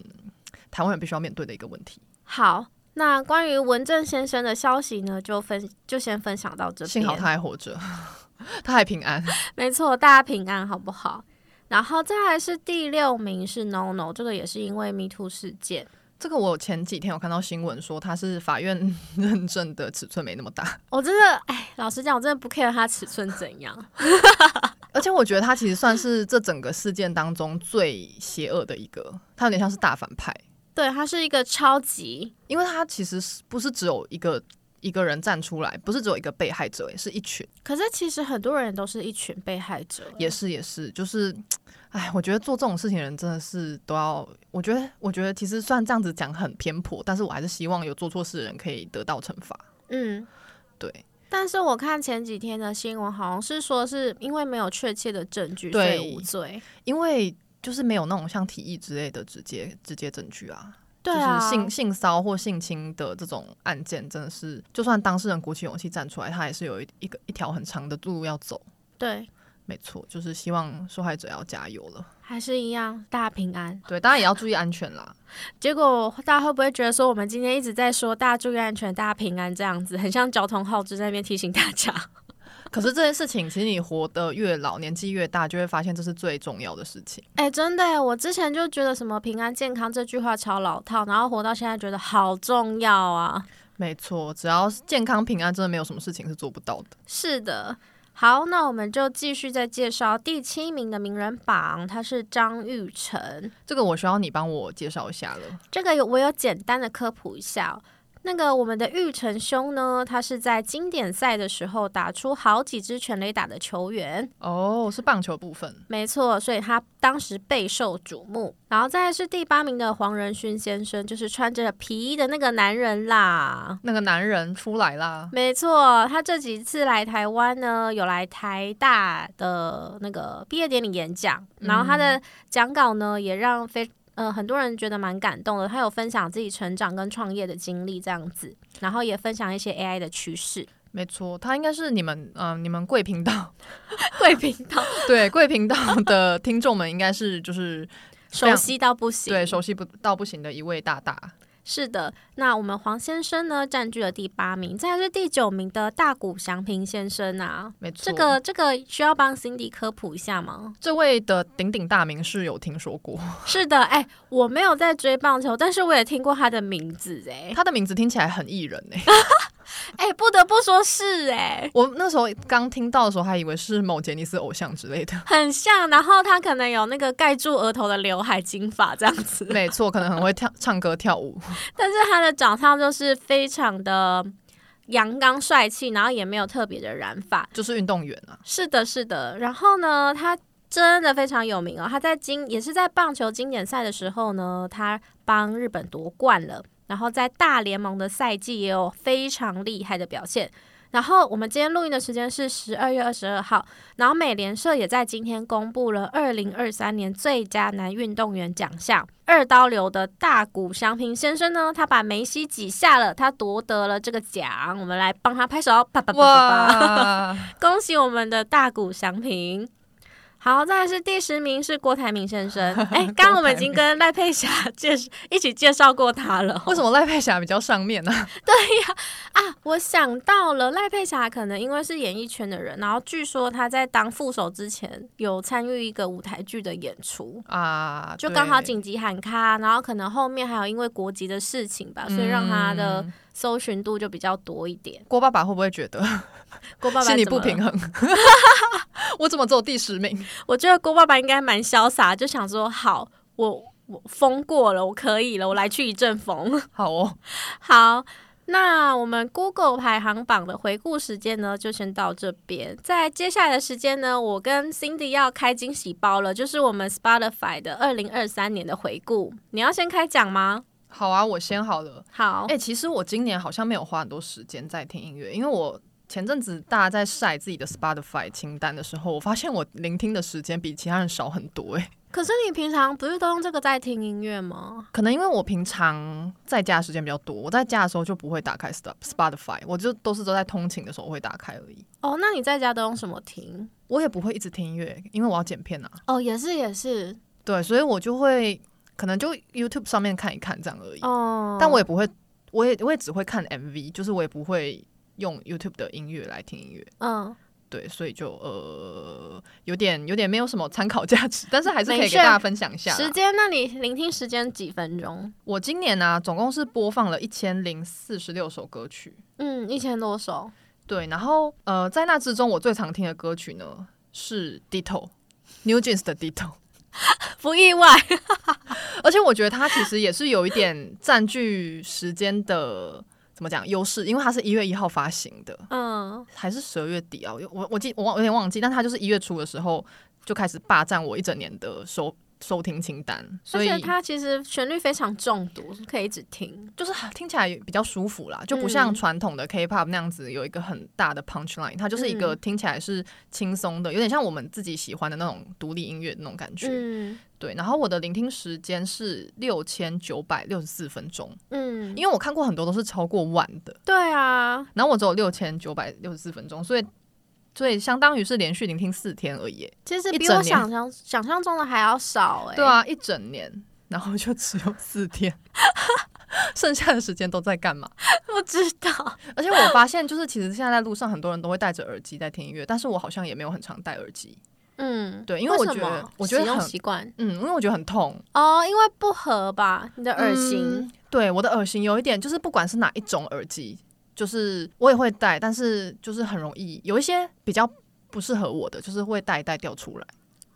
台湾人必须要面对的一个问题。好。那关于文正先生的消息呢，就分就先分享到这边。幸好他还活着， <laughs> 他还平安。没错，大家平安好不好？然后再来是第六名是 No No，这个也是因为 Me Too 事件。这个我前几天有看到新闻说他是法院 <laughs> 认证的尺寸没那么大，我真的，哎，老实讲，我真的不 care 它尺寸怎样。而且我觉得他其实算是这整个事件当中最邪恶的一个，他有点像是大反派，对，它是一个超级，因为他其实是不是只有一个一个人站出来，不是只有一个被害者，是一群，可是其实很多人都是一群被害者。也是也是，就是，哎，我觉得做这种事情的人真的是都要，我觉得我觉得其实虽然这样子讲很偏颇，但是我还是希望有做错事的人可以得到惩罚，嗯，对。但是我看前几天的新闻，好像是说是因为没有确切的证据，所对以无罪。因为就是没有那种像提议之类的直接直接证据啊。对啊，就是性性骚或性侵的这种案件，真的是就算当事人鼓起勇气站出来，他也是有一一个一条很长的路要走。对，没错，就是希望受害者要加油了。还是一样大平安。对，当然也要注意安全啦。结果大家会不会觉得说，我们今天一直在说大家注意安全、大家平安这样子，很像交通号志在那边提醒大家？可是这件事情，其实你活得越老，年纪越大，就会发现这是最重要的事情。 <laughs> 哎、真的耶，我之前就觉得什么平安健康这句话超老套，然后活到现在觉得好重要啊。没错，只要是健康平安，真的没有什么事情是做不到的。是的。好，那我们就继续再介绍第七名的名人榜，他是张玉成。这个我需要你帮我介绍一下了。这个有我有简单的科普一下哦、那个我们的玉成兄呢，他是在经典赛的时候打出好几支全垒打的球员，哦，是棒球部分。没错，所以他当时备受瞩目。然后再来是第八名的黄仁勋先生，就是穿着皮衣的那个男人啦。那个男人出来啦，没错，他这几次来台湾呢，有来台大的那个毕业典礼演讲，然后他的讲稿呢，也让非呃很多人觉得蛮感动的。他有分享自己成长跟创业的经历这样子，然后也分享一些 AI 的趋势。没错，他应该是你们，嗯、你们贵频道，贵频道 <laughs> 对贵频道的听众们，应该是就是熟悉到不行，对熟悉不到不行的一位大大。是的，那我们黄先生呢占据了第八名，再来是第九名的大谷祥平先生啊。没错，这个这个需要帮 Cindy 科普一下吗？这位的鼎鼎大名是有听说过，是的，哎、我没有在追棒球，但是我也听过他的名字、哎，他的名字听起来很艺人呢、哎、不得不说是哎、 <laughs> 我那时候刚听到的时候，还以为是某杰尼斯偶像之类 <laughs> 的。很像。然后他可能有那个盖住额头的刘海、金发这样子， <laughs> 没错，可能很会跳唱歌跳舞。但是他的长相就是非常的阳刚帅气，然后也没有特别的染发。就是运动员啊，是的，是的。然后呢，他真的非常有名哦。他在经也是在棒球经典赛的时候呢，他帮日本夺冠了。然后在大联盟的赛季也有非常厉害的表现。然后我们今天录音的时间是十二月二十二号，然后美联社也在今天公布了二零二三年最佳男运动员奖项。二刀流的大谷翔平先生呢，他把梅西挤下了，他夺得了这个奖。我们来帮他拍手，哦啪啪啪啪啪！哇， <laughs> 恭喜我们的大谷翔平。好，再来是第十名是郭台铭先生。哎、刚刚我们已经跟赖佩霞介绍一起介绍过他了。为什么赖佩霞比较上面呢、啊，我想到了赖佩霞，可能因为是演艺圈的人，然后据说她在当副手之前有参与一个舞台剧的演出，啊？啊，就刚好对紧急喊卡，然后可能后面还有因为国籍的事情吧，所以让她的嗯搜寻度就比较多一点。郭爸爸会不会觉得郭爸爸心里怎么不了平衡？ <laughs> 我怎么只有第十名？ <laughs> 我觉得郭爸爸应该蛮潇洒，就想说好，我我疯过了，我可以了，我来去一阵风。好哦，好，那我们 Google 排行榜的回顾时间呢，就先到这边。在接下来的时间呢，我跟 Cindy 要开惊喜包了，就是我们 Spotify 的二零二三年的回顾。你要先开讲吗？好啊，我先好了。好，哎、其实我今年好像没有花很多时间在听音乐，因为我前阵子大家在晒自己的 Spotify 清单的时候，我发现我聆听的时间比其他人少很多、哎，可是你平常不是都用这个在听音乐吗？可能因为我平常在家的时间比较多，我在家的时候就不会打开 Sta- Spotify，我就都是都在通勤的时候会打开而已。哦，那你在家都用什么听？我也不会一直听音乐，因为我要剪片啊。哦，也是也是，对，所以我就会可能就 YouTube 上面看一看这样而已。哦，但我也不会，我也我也只会看 MV，就是我也不会用 YouTube 的音乐来听音乐。嗯，对，所以就呃有点有点没有什么参考价值，但是还是可没以给事大家分享一下啦。时间，那你聆听时间几分钟？我今年呢、啊总共是播放了一千零四十六首歌曲，嗯，一千多首。对，然后呃在那之中我最常听的歌曲呢是 Ditto。New Jeans 的 Ditto，不意外，而且我觉得它其实也是有一点占据时间的怎么讲优势，因为它是一月一号发行的，嗯，还是十二月底啊，我我我记我忘有点忘记，但它就是一月初的时候就开始霸占我一整年的收收听清单，而所以且它其实旋律非常中毒，可以一直听。就是听起来比较舒服啦，就不嗯像传统的 K-pop 那样子有一个很大的 punch line，它就是一个嗯听起来是轻松的，有点像我们自己喜欢的那种独立音乐那种感觉。嗯对，然后我的聆听时间是六千九百六十四分钟，嗯，因为我看过很多都是超过万的，对啊，然后我只有六千九百六十四分钟，所以所以相当于是连续聆听四天而已耶。其实一比整我年想象想象中的还要少哎、对，啊，一整年，然后就只有四天， <laughs> 剩下的时间都在干嘛？不知道。而且我发现，就是其实现在在路上很多人都会戴着耳机在听音乐，但是我好像也没有很常戴耳机。嗯，对因为我什觉得么我觉得使用很习惯嗯，因为我觉得很痛，哦，因为不合吧，你的耳型嗯。对，我的耳型有一点，就是不管是哪一种耳机，就是我也会戴，但是就是很容易有一些比较不适合我的，就是会戴一戴掉出来。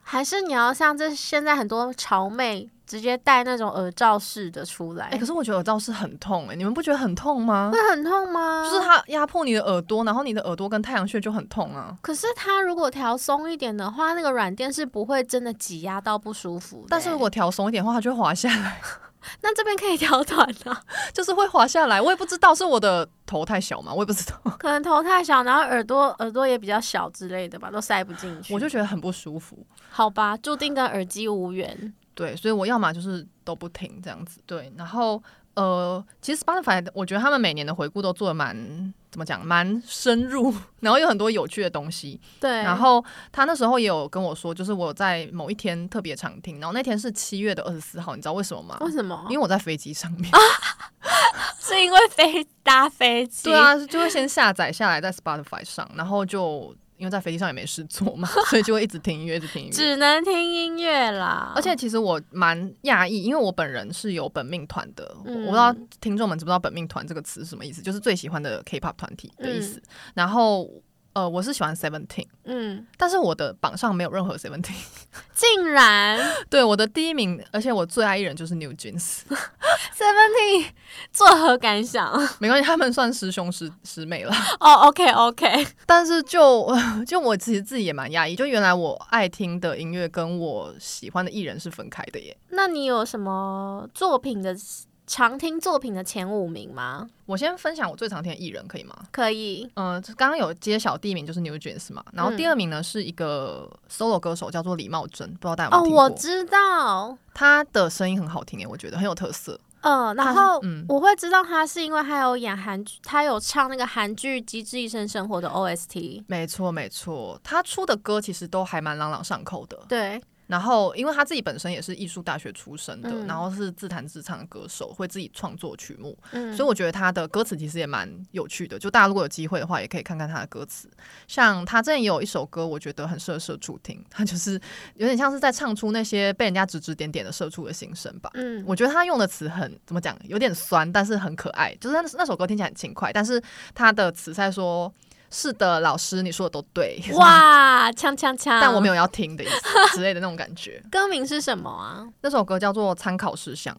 还是你要像这现在很多潮妹直接戴那种耳罩式的出来，哎、可是我觉得耳罩是很痛哎、你们不觉得很痛吗？会很痛吗？就是，它压迫你的耳朵，然后你的耳朵跟太阳穴就很痛啊。可是它如果调松一点的话，那个软垫是不会真的挤压到不舒服的欸。但是如果调松一点的话，它就会滑下来， <laughs> 那这边可以调短 <laughs> 啊，就是会滑下来。我也不知道是我的头太小嘛，我也不知道， <laughs> 可能头太小，然后耳朵耳朵也比较小之类的吧，都塞不进去。我就觉得很不舒服。好吧，注定跟耳机无缘。对，所以我要么就是都不听这样子。对，然后呃，其实 Spotify 我觉得他们每年的回顾都做的蛮怎么讲，蛮深入， <laughs> 然后有很多有趣的东西。对，然后他那时候也有跟我说，就是我在某一天特别常听，然后那天是七月的二十四号，你知道为什么吗？为什么因？为我在飞机上面。 <laughs> 是因为飞搭飞机？对，啊，就会先下载下来在 Spotify 上，然后就因为在飞机上也没事做嘛，所以就会一直听音乐，一直听音乐。只能听音乐啦。而且其实我蛮讶异，因为我本人是有本命团的，我嗯我不知道听众们知不知道“本命团”这个词是什么意思，就是最喜欢的 K-pop 团体的意思。然后呃，我是喜欢 Seventeen，嗯，但是我的榜上没有任何 Seventeen。 <laughs> 竟然对，我的第一名，而且我最爱艺人就是 New Jeans， <laughs> <laughs> Seventeen 作何感想？ <laughs> 没关系，他们算师兄师师妹了。哦，OK，OK、o k OK，但是就 <laughs> 就我其实自己也蛮讶异，就原来我爱听的音乐跟我喜欢的艺人是分开的耶。那你有什么作品的常听作品的前五名吗？我先分享我最常听的艺人，可以吗？可以，嗯、呃，刚刚有揭晓第一名就是 New Jeans 嘛，然后第二名呢、是一个 solo 歌手叫做李茂贞，不知道大家哦，有没有听过？我知道，他的声音很好听耶，我觉得很有特色。嗯，他然是后。嗯，我会知道他是因为他有演韩剧，他有唱那个韩剧《机智医生生活》的 OST。没错没错，他出的歌其实都还蛮朗朗上口的。对，然后，因为他自己本身也是艺术大学出身的，嗯然后是自弹自唱的歌手，会自己创作曲目，嗯，所以我觉得他的歌词其实也蛮有趣的，就大家如果有机会的话，也可以看看他的歌词。像他之前也有一首歌，我觉得很适合社畜听，他就是有点像是在唱出那些被人家指指点点的社畜的心声吧。嗯，我觉得他用的词很怎么讲，有点酸，但是很可爱。就是那那首歌听起来很轻快，但是他的词在说：“是的，老师，你说的都对，哇，锵锵锵！ <laughs> 但我没有要听的意思之类的那种感觉。”歌名是什么啊？那首歌叫做《参考事项》，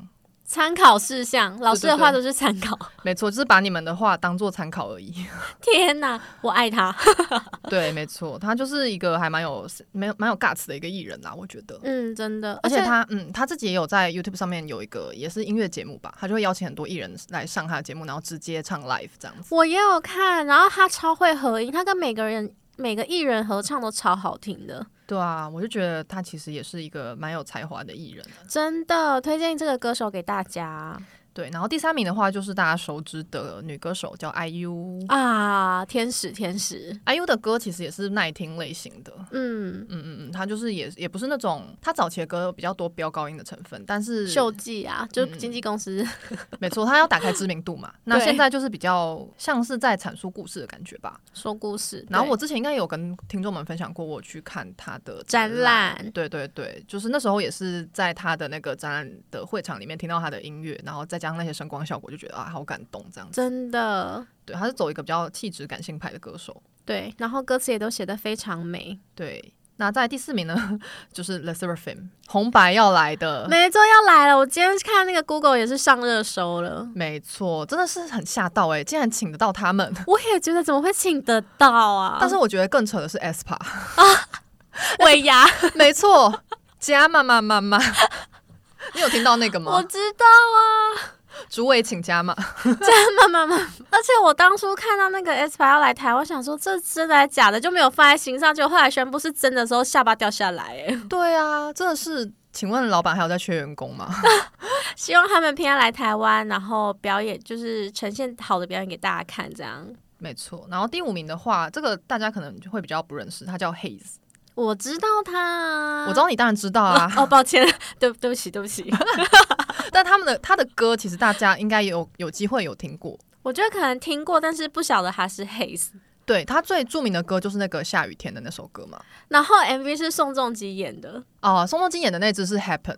参考事项，老师的话都是参考。没错，就是把你们的话当做参考而已。 <laughs> 天哪，我爱他。 <laughs> 对，没错，他就是一个还蛮有没有蛮有 guts 的一个艺人啦，我觉得。嗯， <laughs> 真的，而且他，嗯，他自己也有在 YouTube 上面有一个也是音乐节目吧，他就会邀请很多艺人来上他的节目，然后直接唱 live 这样子。我也有看，然后他超会合音，他跟每个人每个艺人合唱都超好听的，对啊，我就觉得他其实也是一个蛮有才华的艺人。啊真的推荐这个歌手给大家对，然后第三名的话就是大家熟知的女歌手叫 IU，IU、啊！天使，天使， IU 的歌其实也是耐听类型的。嗯，嗯嗯嗯，她就是也也不是那种，她早期的歌比较多飙高音的成分，但是秀技啊，就是经纪公司， <laughs> 没错，他要打开知名度嘛。那对现在就是比较像是在阐述故事的感觉吧。说故事，然后我对之前应该有跟听众们分享过，我去看他的展览。览，对对对，就是那时候也是在他的那个展览的会场里面听到他的音乐，然后再加上那些声光效果，就觉得啊，好感动这样子。真的对，他是走一个比较气质感性派的歌手。对，然后歌词也都写的非常美，对，那在第四名呢，就是 The Seraphim 红白要来的。没错，要来了，我今天看那个 Google 也是上热搜 <laughs> 了。没错，真的是很吓到哎、竟然请得到他们。我也觉得怎么会请得到啊？但是我觉得更扯的是 aespa， <laughs> 尾牙， <laughs> 没错，加码码码 <laughs> 码。你有听到那个我吗？知道啊，主委请加码，慢慢慢，而且我当初看到那个 S 八要来台，我想说这真的还假的，就没有放在心上。结果后来宣布是真的时候，下巴掉下来。哎，对啊，真的是。请问老板还有在缺员工吗？希望他们平安来台湾，然后表演就是呈现好的表演给大家看，这样。没错。然后第五名的话，这个大家可能就会比较不认识，他叫 Haze，、我知道他，啊我知道你当然知道啊， <laughs> 哦，抱歉， <laughs> 对对不起，对不起。但他们的他的歌其实大家应该有有机会有听过。我觉得可能听过，但是不晓得他是 Haze。对他最著名的歌就是那个下雨天的那首歌嘛。然后 MV 是宋仲基演的，哦、宋仲基演的那支是 <laughs> Happen，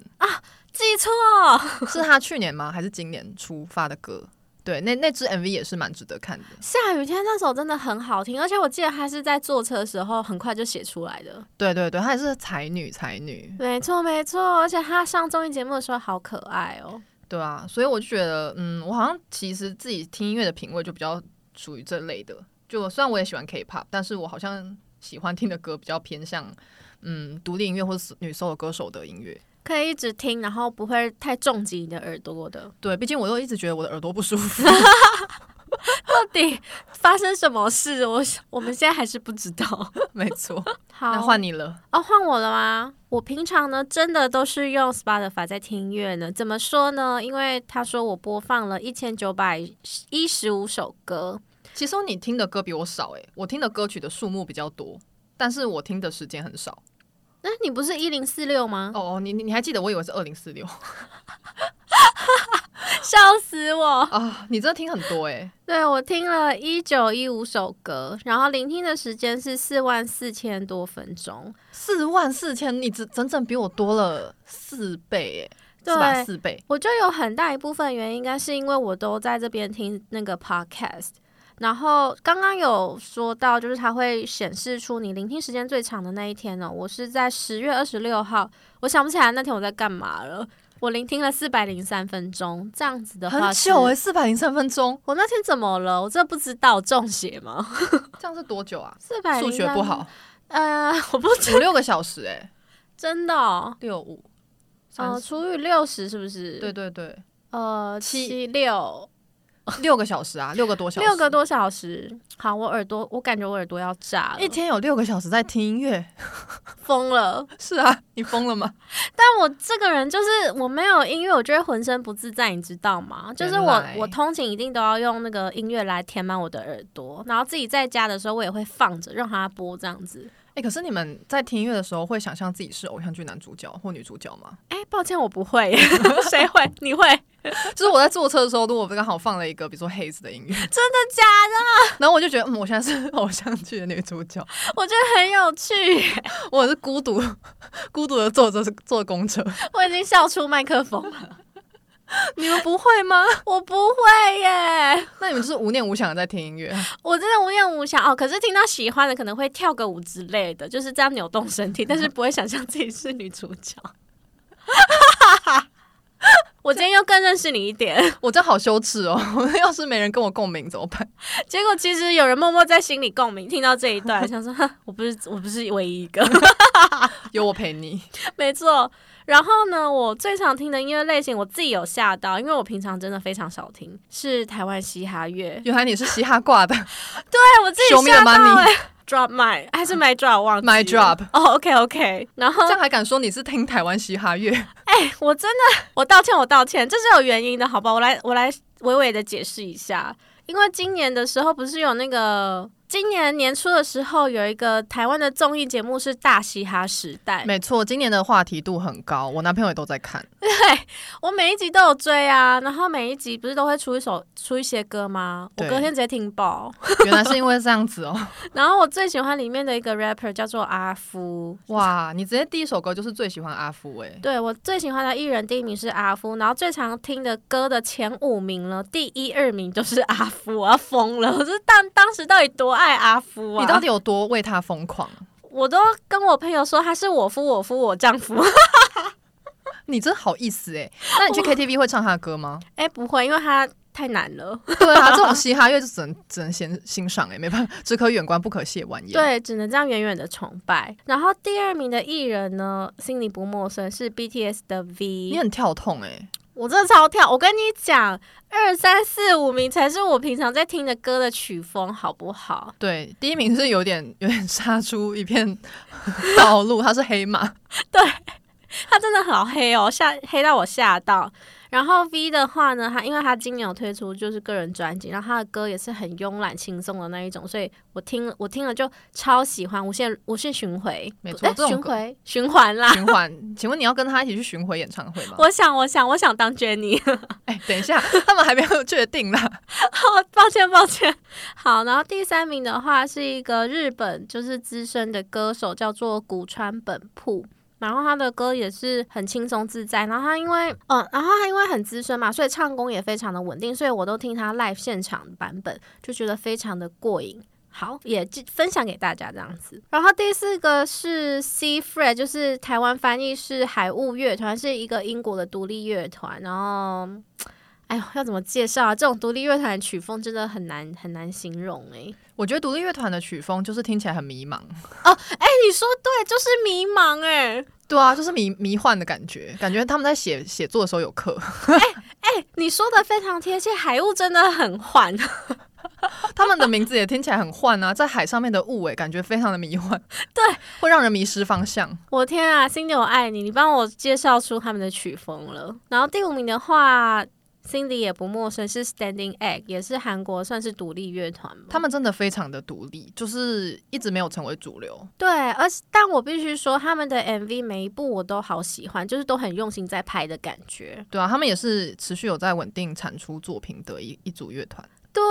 记错。是他去年吗？还是今年出发的歌？对，那那支 MV 也是蛮值得看的。下雨天那首真的很好听，而且我记得他是在坐车的时候很快就写出来的。对对对，她也是才女，才女，没错，没错，而且他上综艺节目的时候好可爱哦。对啊，所以我就觉得，嗯，我好像其实自己听音乐的品味就比较属于这类的。就虽然我也喜欢 K-pop，但是我好像喜欢听的歌比较偏向，嗯，独立音乐或是女 solo 歌手的音乐。可以一直听，然后不会太重击你的耳朵的。对，毕竟我又一直觉得我的耳朵不舒 <laughs> 服。到底发生什么事？我我们现在还是不知道。没错， <laughs> 好，那换你了。哦，换我了吗？我平常呢，真的都是用 Spotify 在听音乐呢。怎么说呢？因为他说我播放了一千九百一十五首歌，其实你听的歌比我少诶、我听的歌曲的数目比较多，但是我听的时间很少。那你不是一零四六吗？哦哦，你你你还记得？我以为是二零四六 <laughs> 笑死我！啊！你真的听很多诶、对我听了一九一五首歌，然后聆听的时间是四万四千多分钟。四万四千，你只整整比我多了四倍、欸，对是吧？四倍，我觉得有很大一部分原因，应该是因为我都在这边听那个 podcast。然后刚刚有说到，就是它会显示出你聆听时间最长的那一天呢、我是在十月二十六号，我想不起来那天我在干嘛了。我聆听了四百零三分钟，这样子的话很是久诶、4四百欸零三分钟，我那天怎么了？我这不知道中邪吗？这样是多久啊？四百数学不，好， <laughs> 呃，我不知五六个小时欸诶、真的、哦， <laughs> 六五三呃，十，除以六十是不是？对，对对，呃，七七六，六个小时啊，六个多小时，六个多小时。好，我耳朵，我感觉我耳朵要炸了，一天有六个小时在听音乐，疯了。是啊，你疯了 <laughs> 吗？但我这个人就是我没有音乐，我就会浑身不自在，你知道吗？就是原我来我通勤一定都要用那个音乐来填满我的耳朵，然后自己在家的时候我也会放着让它播这样子。诶、欸可是你们在听音乐的时候，会想象自己是偶像剧男主角或女主角吗？哎、抱歉，我不会 <laughs> 耶，谁会？你会？就是我在坐车的时候，如果刚好放了一个比如说 Haze 的音乐， <laughs> 真的假的？然后我就觉得，嗯，我现在是偶像剧的女主角，我觉得很有趣，我是孤独 <laughs> 孤独的坐着坐公车。我已经笑出麦克风了。你们不会吗？我不会耶， <laughs> 那你们就是无念无想的在听音乐，我真的无念无想哦。可是听到喜欢的，可能会跳个舞之类的，就是这样扭动身 <laughs> 体，但是不会想象自己是女主角。 <laughs> 我今天又更认识你一点。 <laughs> 我真好羞耻哦！ <laughs> 要是没人跟我共鸣怎么办？结果其实有人默默在心里共鸣，听到这 <laughs> 一段，想说哼我不是我不是唯一一个，有我陪 <laughs> 你。没错。然后呢，我最常听的音乐类型，我自己有吓到，因为我平常真的非常少听，是台湾嘻哈乐。原来你是嘻哈挂的对 <laughs> 我自己，Show me the 吓到、欸 money,。 Drop my 还是 My drop 忘记 my 了 drop。哦，OK，OK、o k OK，然后这样还敢说你是听台湾嘻哈乐？ <laughs> 我真的我道歉，我道歉，这是有原因的，好吧？我来我来娓娓的解释一下，因为今年的时候不是有那个。今年年初的时候，有一个台湾的综艺节目是《大嘻哈时代》，没错，今年的话题度很高，我男朋友也都在 <laughs> 看。我每一集都有追啊，然后每一集不是都会出一首出一些歌吗？我对隔天直接听爆。原来是因为这样子 <laughs> 哦！然后我最喜欢里面的一个 rapper 叫做阿夫，哇，你直接第一首歌就是最喜欢阿福哎、对我最喜欢的艺人第一名是阿夫，然后最常听的歌的前五名呢，第一二名都是阿夫，我要疯了！我是当当时到底多爱阿夫啊？你到底有多为他疯狂？我都跟我朋友说他是我夫，我夫，我丈夫。 <laughs> 你真好意思哎、那你去 KTV 会唱他的歌 <laughs> 吗？哎、不会，因为他太难了。对啊，这种嘻哈乐就只能只能先欣赏哎、没办法，只可远观不可亵玩焉。，对，只能这样远远的崇拜。然后第二名的艺人呢，心里不陌生，是 BTS 的你 V。很跳痛哎、我真的超跳，我跟你讲，二三四五名才是我平常在听的歌的曲风，好不好？对，第一名 <laughs> <laughs> 是有点有点杀出一片道路，他是黑马，他真的好黑哦，吓黑到我吓到。然后 V 的话呢，他因为他今年有推出就是个人专辑，然后他的歌也是很慵懒轻松的那一种，所以我听我听了就超喜欢，无限无限巡回，没错诶这种巡歌回巡环啦。循环。请问你要跟他一起去巡回演唱会吗？我想，我想，我想当 Jenny。哎、等一下，他们还没有确定啦。 <laughs> 哦，抱歉抱歉。 <laughs> 好，然后第三名的话是一个日本就是资深的歌手，叫做古川本铺。然后他的歌也是很轻松自在，然后他因为嗯，然后他因为很资深嘛，所以唱功也非常的稳定，所以我都听他 live 现场版本，就觉得非常的过瘾。好，也就分享给大家这样子。然后第四个是 C Fred，就是台湾翻译是海雾乐团，是一个英国的独立乐团。然后哎呦，要怎么介绍啊？这种独立乐团的曲风真的很难很难形容哎、我觉得独立乐团的曲风就是听起来很迷茫。哎、你说对，就是迷茫哎、对啊，就是迷迷幻的感觉，感觉他们在写写作的时候有课， <laughs> 哎、你说的非常贴切，海雾真的很幻，他们的名字也听起来很幻啊，在海上面的雾哎、感觉非常的迷幻， <laughs> 对，会让人迷失方向。 <laughs> 我天啊，Cindy 我爱你，你帮我介绍出他们的曲风了。然后第五名的话，Cindy 也不陌生，是 Standing Egg，也是韩国算是独立乐团嘛。他们真的非常的独立，就是一直没有成为主流。对，而且但我必须说，他们的 MV 每一部我都好喜欢，就是都很用心在拍的感觉。对啊，他们也是持续有在稳定产出作品的一一组乐团。对，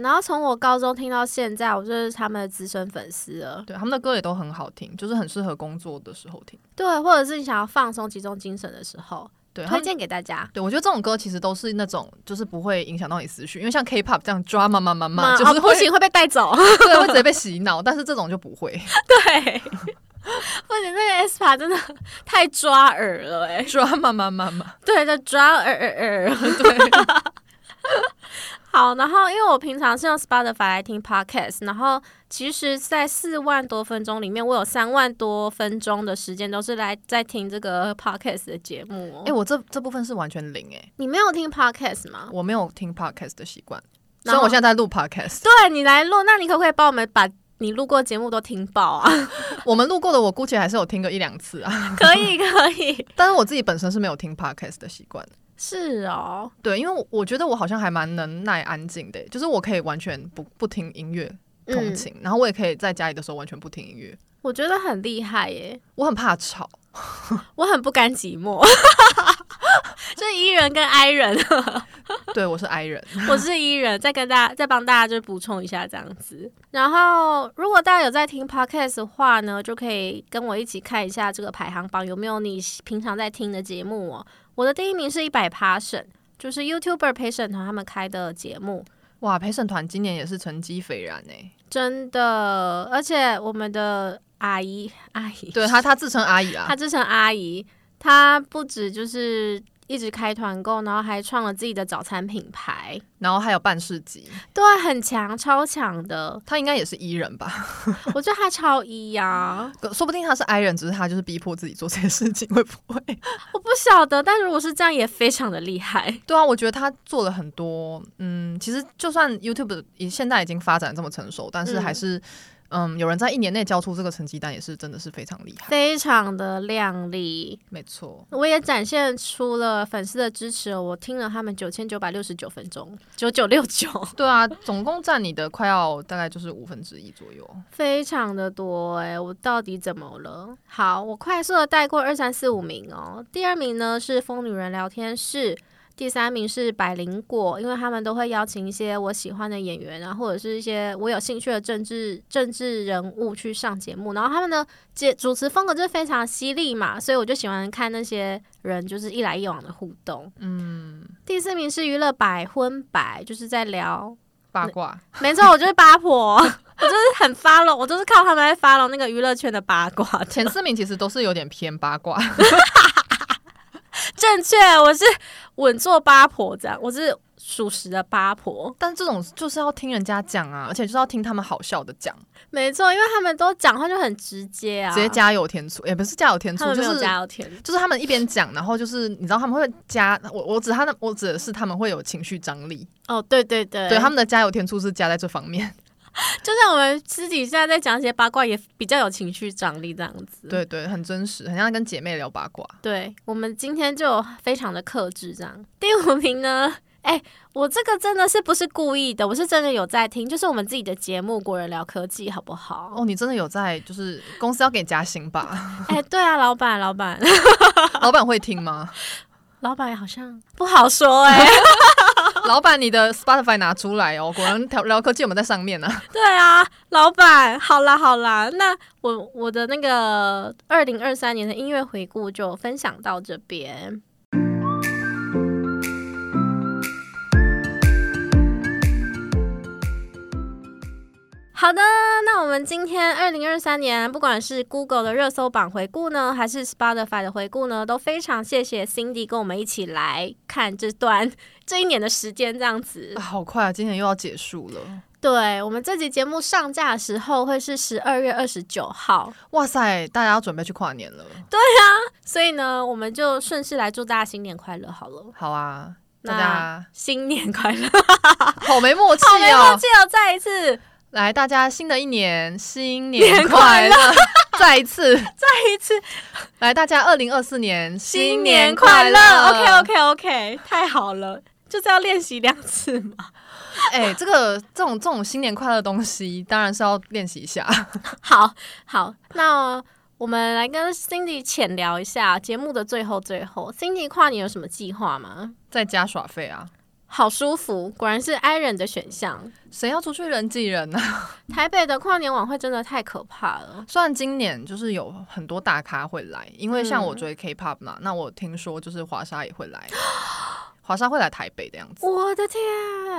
然后从我高中听到现在，我就是他们的资深粉丝了。对，他们的歌也都很好听，就是很适合工作的时候听。对，或者是你想要放松、集中精神的时候，对，他推们荐给大家。对我觉得这种歌其实都是那种就是不会影响到你思绪，因为像 K-pop 这样抓嘛嘛嘛嘛，就哦是不会、行，会被带走。 <laughs> 对会直接被洗脑，但是这种就不会对， <laughs> 不行，那个 S p a 真的太抓耳了哎、抓嘛嘛嘛嘛。对的，抓耳耳 <laughs> 耳。对， <laughs> 好，然后因为我平常是用 Spotify 来听 podcast，然后其实，在四万多分钟里面，我有三万多分钟的时间都是来在听这个 podcast 的节目、哦。哎、我这这部分是完全零哎、你没有听 podcast 吗？我没有听 podcast 的习惯，虽然然后我现在在录 podcast，对你来录，那你可不可以帮我们把你录过节目都听爆 <laughs> 啊？我们录过的我估计还是有听个一两次啊，可以，可以，但是我自己本身是没有听 podcast 的习惯。是哦，对，因为我我觉得我好像还蛮能耐安静的，就是我可以完全不不听音乐通嗯，勤，然后我也可以在家里的时候完全不听音乐。我觉得很厉害耶，我很怕吵，我很不甘寂 <laughs> 寞，就是 E 人跟 I 人， <laughs> 对我是 I 人， <laughs> 我是 E 人，再跟大家再帮大家就补充一下这样子。然后，如果大家有在听 podcast 的话呢，就可以跟我一起看一下这个排行榜有没有你平常在听的节目哦。我的第一名是一百 passion，就是 YouTuber 陪审团他们开的节目。哇，陪审团今年也是成绩斐然哎、真的，而且我们的阿姨，阿姨，对他，他自称阿姨啊她，自称阿姨，她不止就是一直开团购，然后还创了自己的早餐品牌，然后还有办事集，对，啊很强，超强 <laughs> 的，他应该也是 E 人吧？我觉得她超一啊呀、说不定他是 I 人，只是他就是逼迫自己做这些事情，会不会？ <laughs> 我不晓得，但如果是这样，也非常的厉害。对啊，我觉得他做了很多，嗯，其实就算 YouTube 已现在已经发展这么成熟，但是嗯还是，嗯，有人在一年内交出这个成绩单，也是真的是非常厉害。非常的靓丽，没错，我也展现出了粉丝的支持哦。我听了他们九千九百六十九分钟，九九六九，对啊，总共占你的快要大概就是五分之一左右。非常的多哎、我到底怎么了？好，我快速的带过二三四五名哦。第二名呢是疯女人聊天室，第三名是百灵果，因为他们都会邀请一些我喜欢的演员啊，或者是一些我有兴趣的政治政治人物去上节目，然后他们的节主持风格就是非常犀利嘛，所以我就喜欢看那些人就是一来一往的互动。嗯，第四名是娱乐百婚百，就是在聊八卦，没错，我就是八婆， <laughs> 我就是很 follow，我就是靠他们来 follow 那个娱乐圈的八卦。前四名其实都是有点偏八卦， <laughs> 正确，我是稳坐八婆这样，我是属实的八婆。但这种就是要听人家讲啊，而且就是要听他们好笑的讲，没错，因为他们都讲话就很直接啊，直接加油添醋，也、不是加油添醋他，们就没有是加油添醋。就是他们一边讲，然后就是你知道他们会加我，我指他的，我指的是他们会有情绪张力，哦，对对对，对他们的加油添醋是加在这方面。就像我们私底下在讲一些八卦，也比较有情绪张力这样子。 <laughs> 对对，很真实，很像跟姐妹聊八卦。对，我们今天就非常的克制这样。第五名呢，哎、我这个真的是不是故意的，我是真的有在听，就是我们自己的节目《国人聊科技》，好不好？哦，你真的有在，就是公司要给你加薪吧？ <laughs> 哎、对啊，老板，老板， <laughs> 老板会听吗？老板好像不好说哎、 <laughs> 老板，你的 Spotify 拿出来哦，果然聊聊科技我们在上面呢、啊。 <laughs> 对啊，老板，好啦好啦，那我我的那个二零二三年的音乐回顾就分享到这边。好的，那我们今天二零二三年，不管是 Google 的热搜榜回顾呢，还是 Spotify 的回顾呢，都非常谢谢 Cindy 跟我们一起来看这段这一年的时间这样子啊。好快啊，今年又要结束了。对我们这集节目上架的时候会是十二月二十九号，哇塞，大家要准备去跨年了。所以呢，我们就顺势来祝大家新年快乐好了。好啊，大那家新年快乐！好没默契好没默哦。契哦，再一次，再来，大家新的一年新年快乐， <laughs> 再一次一次，来，大家二零二四年新年快乐。OK OK OK，太好了，就是要练习两次嘛。哎、这个这种这种新年快乐的东西，当然是要练习一下。好好，那我们来跟 Cindy 浅聊一下节目的最后最后，Cindy 跨年有什么计划吗？在家耍废啊，好舒服，果然是 i 人的选项。谁要出去人挤人呢、台北的跨年晚会真的太可怕了。虽然今年就是有很多大咖会来，因为像我追 K-pop 嘛，那我听说就是华莎也会来， <gasps> 华莎会来台北的样子。我的天！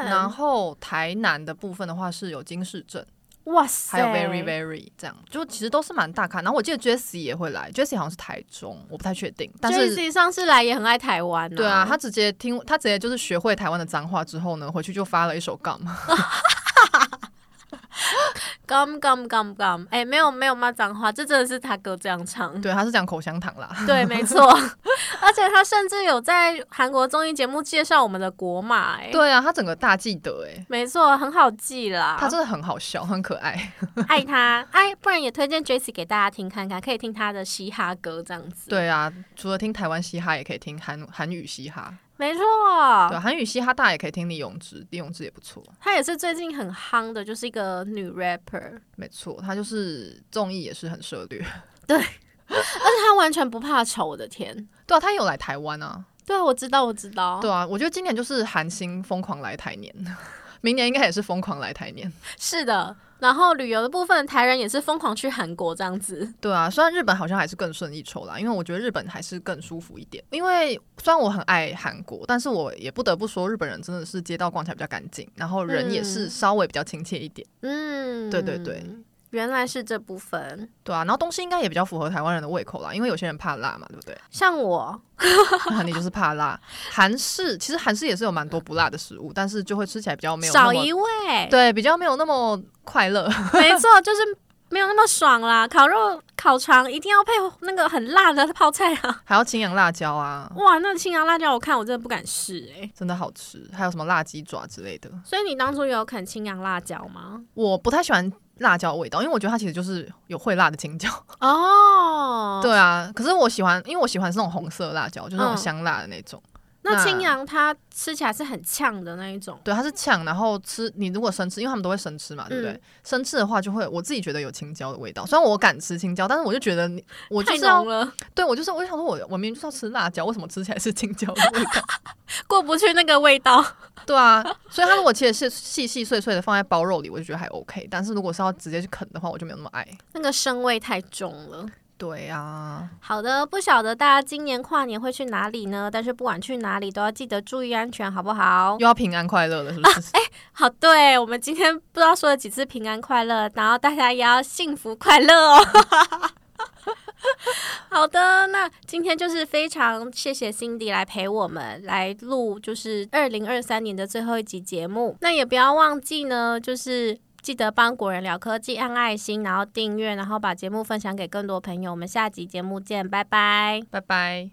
然后台南的部分的话是有金世镇，哇塞，还有 Very Very 这样，就其实都是蛮大咖。然后我记得 Jessie 也会来，Jessie 好像是台中，我不太确定，但就是是。 Jessie 上次来也很爱台湾、对啊，他直接听，他直接就是学会台湾的脏话之后呢，回去就发了一首 gum， gum gum gum gum，哎、没有没有骂脏话，这真的是他哥这样唱。 <laughs> 对，他是讲口香糖啦。对，没错， <laughs> 而且他甚至有在韩国综艺节目介绍我们的国马、哎，，对啊，他整个大记得哎、没错，很好记啦。他真的很好笑，很可爱。爱他， <laughs> 哎，不然也推荐 Jessie 给大家听看看，可以听他的嘻哈歌这样子。，对啊，除了听台湾嘻哈，也可以听韩韩语嘻哈。没错，对，啊韩语嘻哈大家也可以听李永芝，李永芝也不错。她也是最近很夯的，就是一个女 rapper，没错，他就是综艺也是很涉略。而且她完全不怕丑，我的天！ <laughs> 对啊，他也有来台湾啊。对，我知道，我知道。对啊，我觉得今年就是韩星疯狂来台年， <laughs> 明年应该也是疯狂来台年。是的，然后旅游的部分，台人也是疯狂去韩国这样子。对啊，虽然日本好像还是更胜一筹啦，因为我觉得日本还是更舒服一点。因为虽然我很爱韩国，但是我也不得不说，日本人真的是街道逛起来比较干净，然后人也是嗯稍微比较亲切一点。嗯，对对对，原来是这部分。对啊，然后东西应该也比较符合台湾人的胃口啦，因为有些人怕辣嘛，对不对？ <laughs> 像我，啊你就是怕辣。韩式其实韩式也是有蛮多不辣的食物，但是就会吃起来比较没有那少么一位，对，比较没有那么快乐。 <laughs> 没错，就是没有那么爽啦。烤肉、烤肠一定要配那个很辣的泡菜啊。 <laughs> 还要青阳辣椒啊，哇，那青阳辣椒我看我真的不敢试哎、真的好吃。还有什么辣鸡爪之类的，所以你当初有啃青阳辣椒吗？我不太喜欢辣椒味道，因为我觉得它其实就是有会辣的青椒。 <laughs> 哦，对啊，可是我喜欢，因为我喜欢是那种红色辣椒，就是那嗯种香辣的那种。那那青阳它吃起来是很呛的那一种，对，它是呛，然后吃你如果生吃，因为他们都会生吃嘛，对不对？嗯生吃的话就会，我自己觉得有青椒的味道。虽然我敢吃青椒，但是我就觉得你我就太是要浓了，对，我就是我就想说我，我明明就是要吃辣椒，为什么吃起来是青椒的味道？ <laughs> 过不去那个味道。对啊，所以它如果切的是细细碎碎的放在包肉里，我就觉得还 OK。但是如果是要直接去啃的话，我就没有那么爱。那个生味太重了。对啊，好的，不晓得大家今年跨年会去哪里呢？但是不管去哪里，都要记得注意安全，好不好？又要平安快乐了，是啊不哎是？好，对我们今天不知道说了几次平安快乐，然后大家也要幸福快乐哦。 <laughs> 好的，那今天就是非常谢谢 Cindy 来陪我们来录，就是二零二三年的最后一集节目。那也不要忘记呢，就是记得帮果仁聊科技按爱心，然后订阅，然后把节目分享给更多朋友。我们下集节目见，拜拜。拜拜。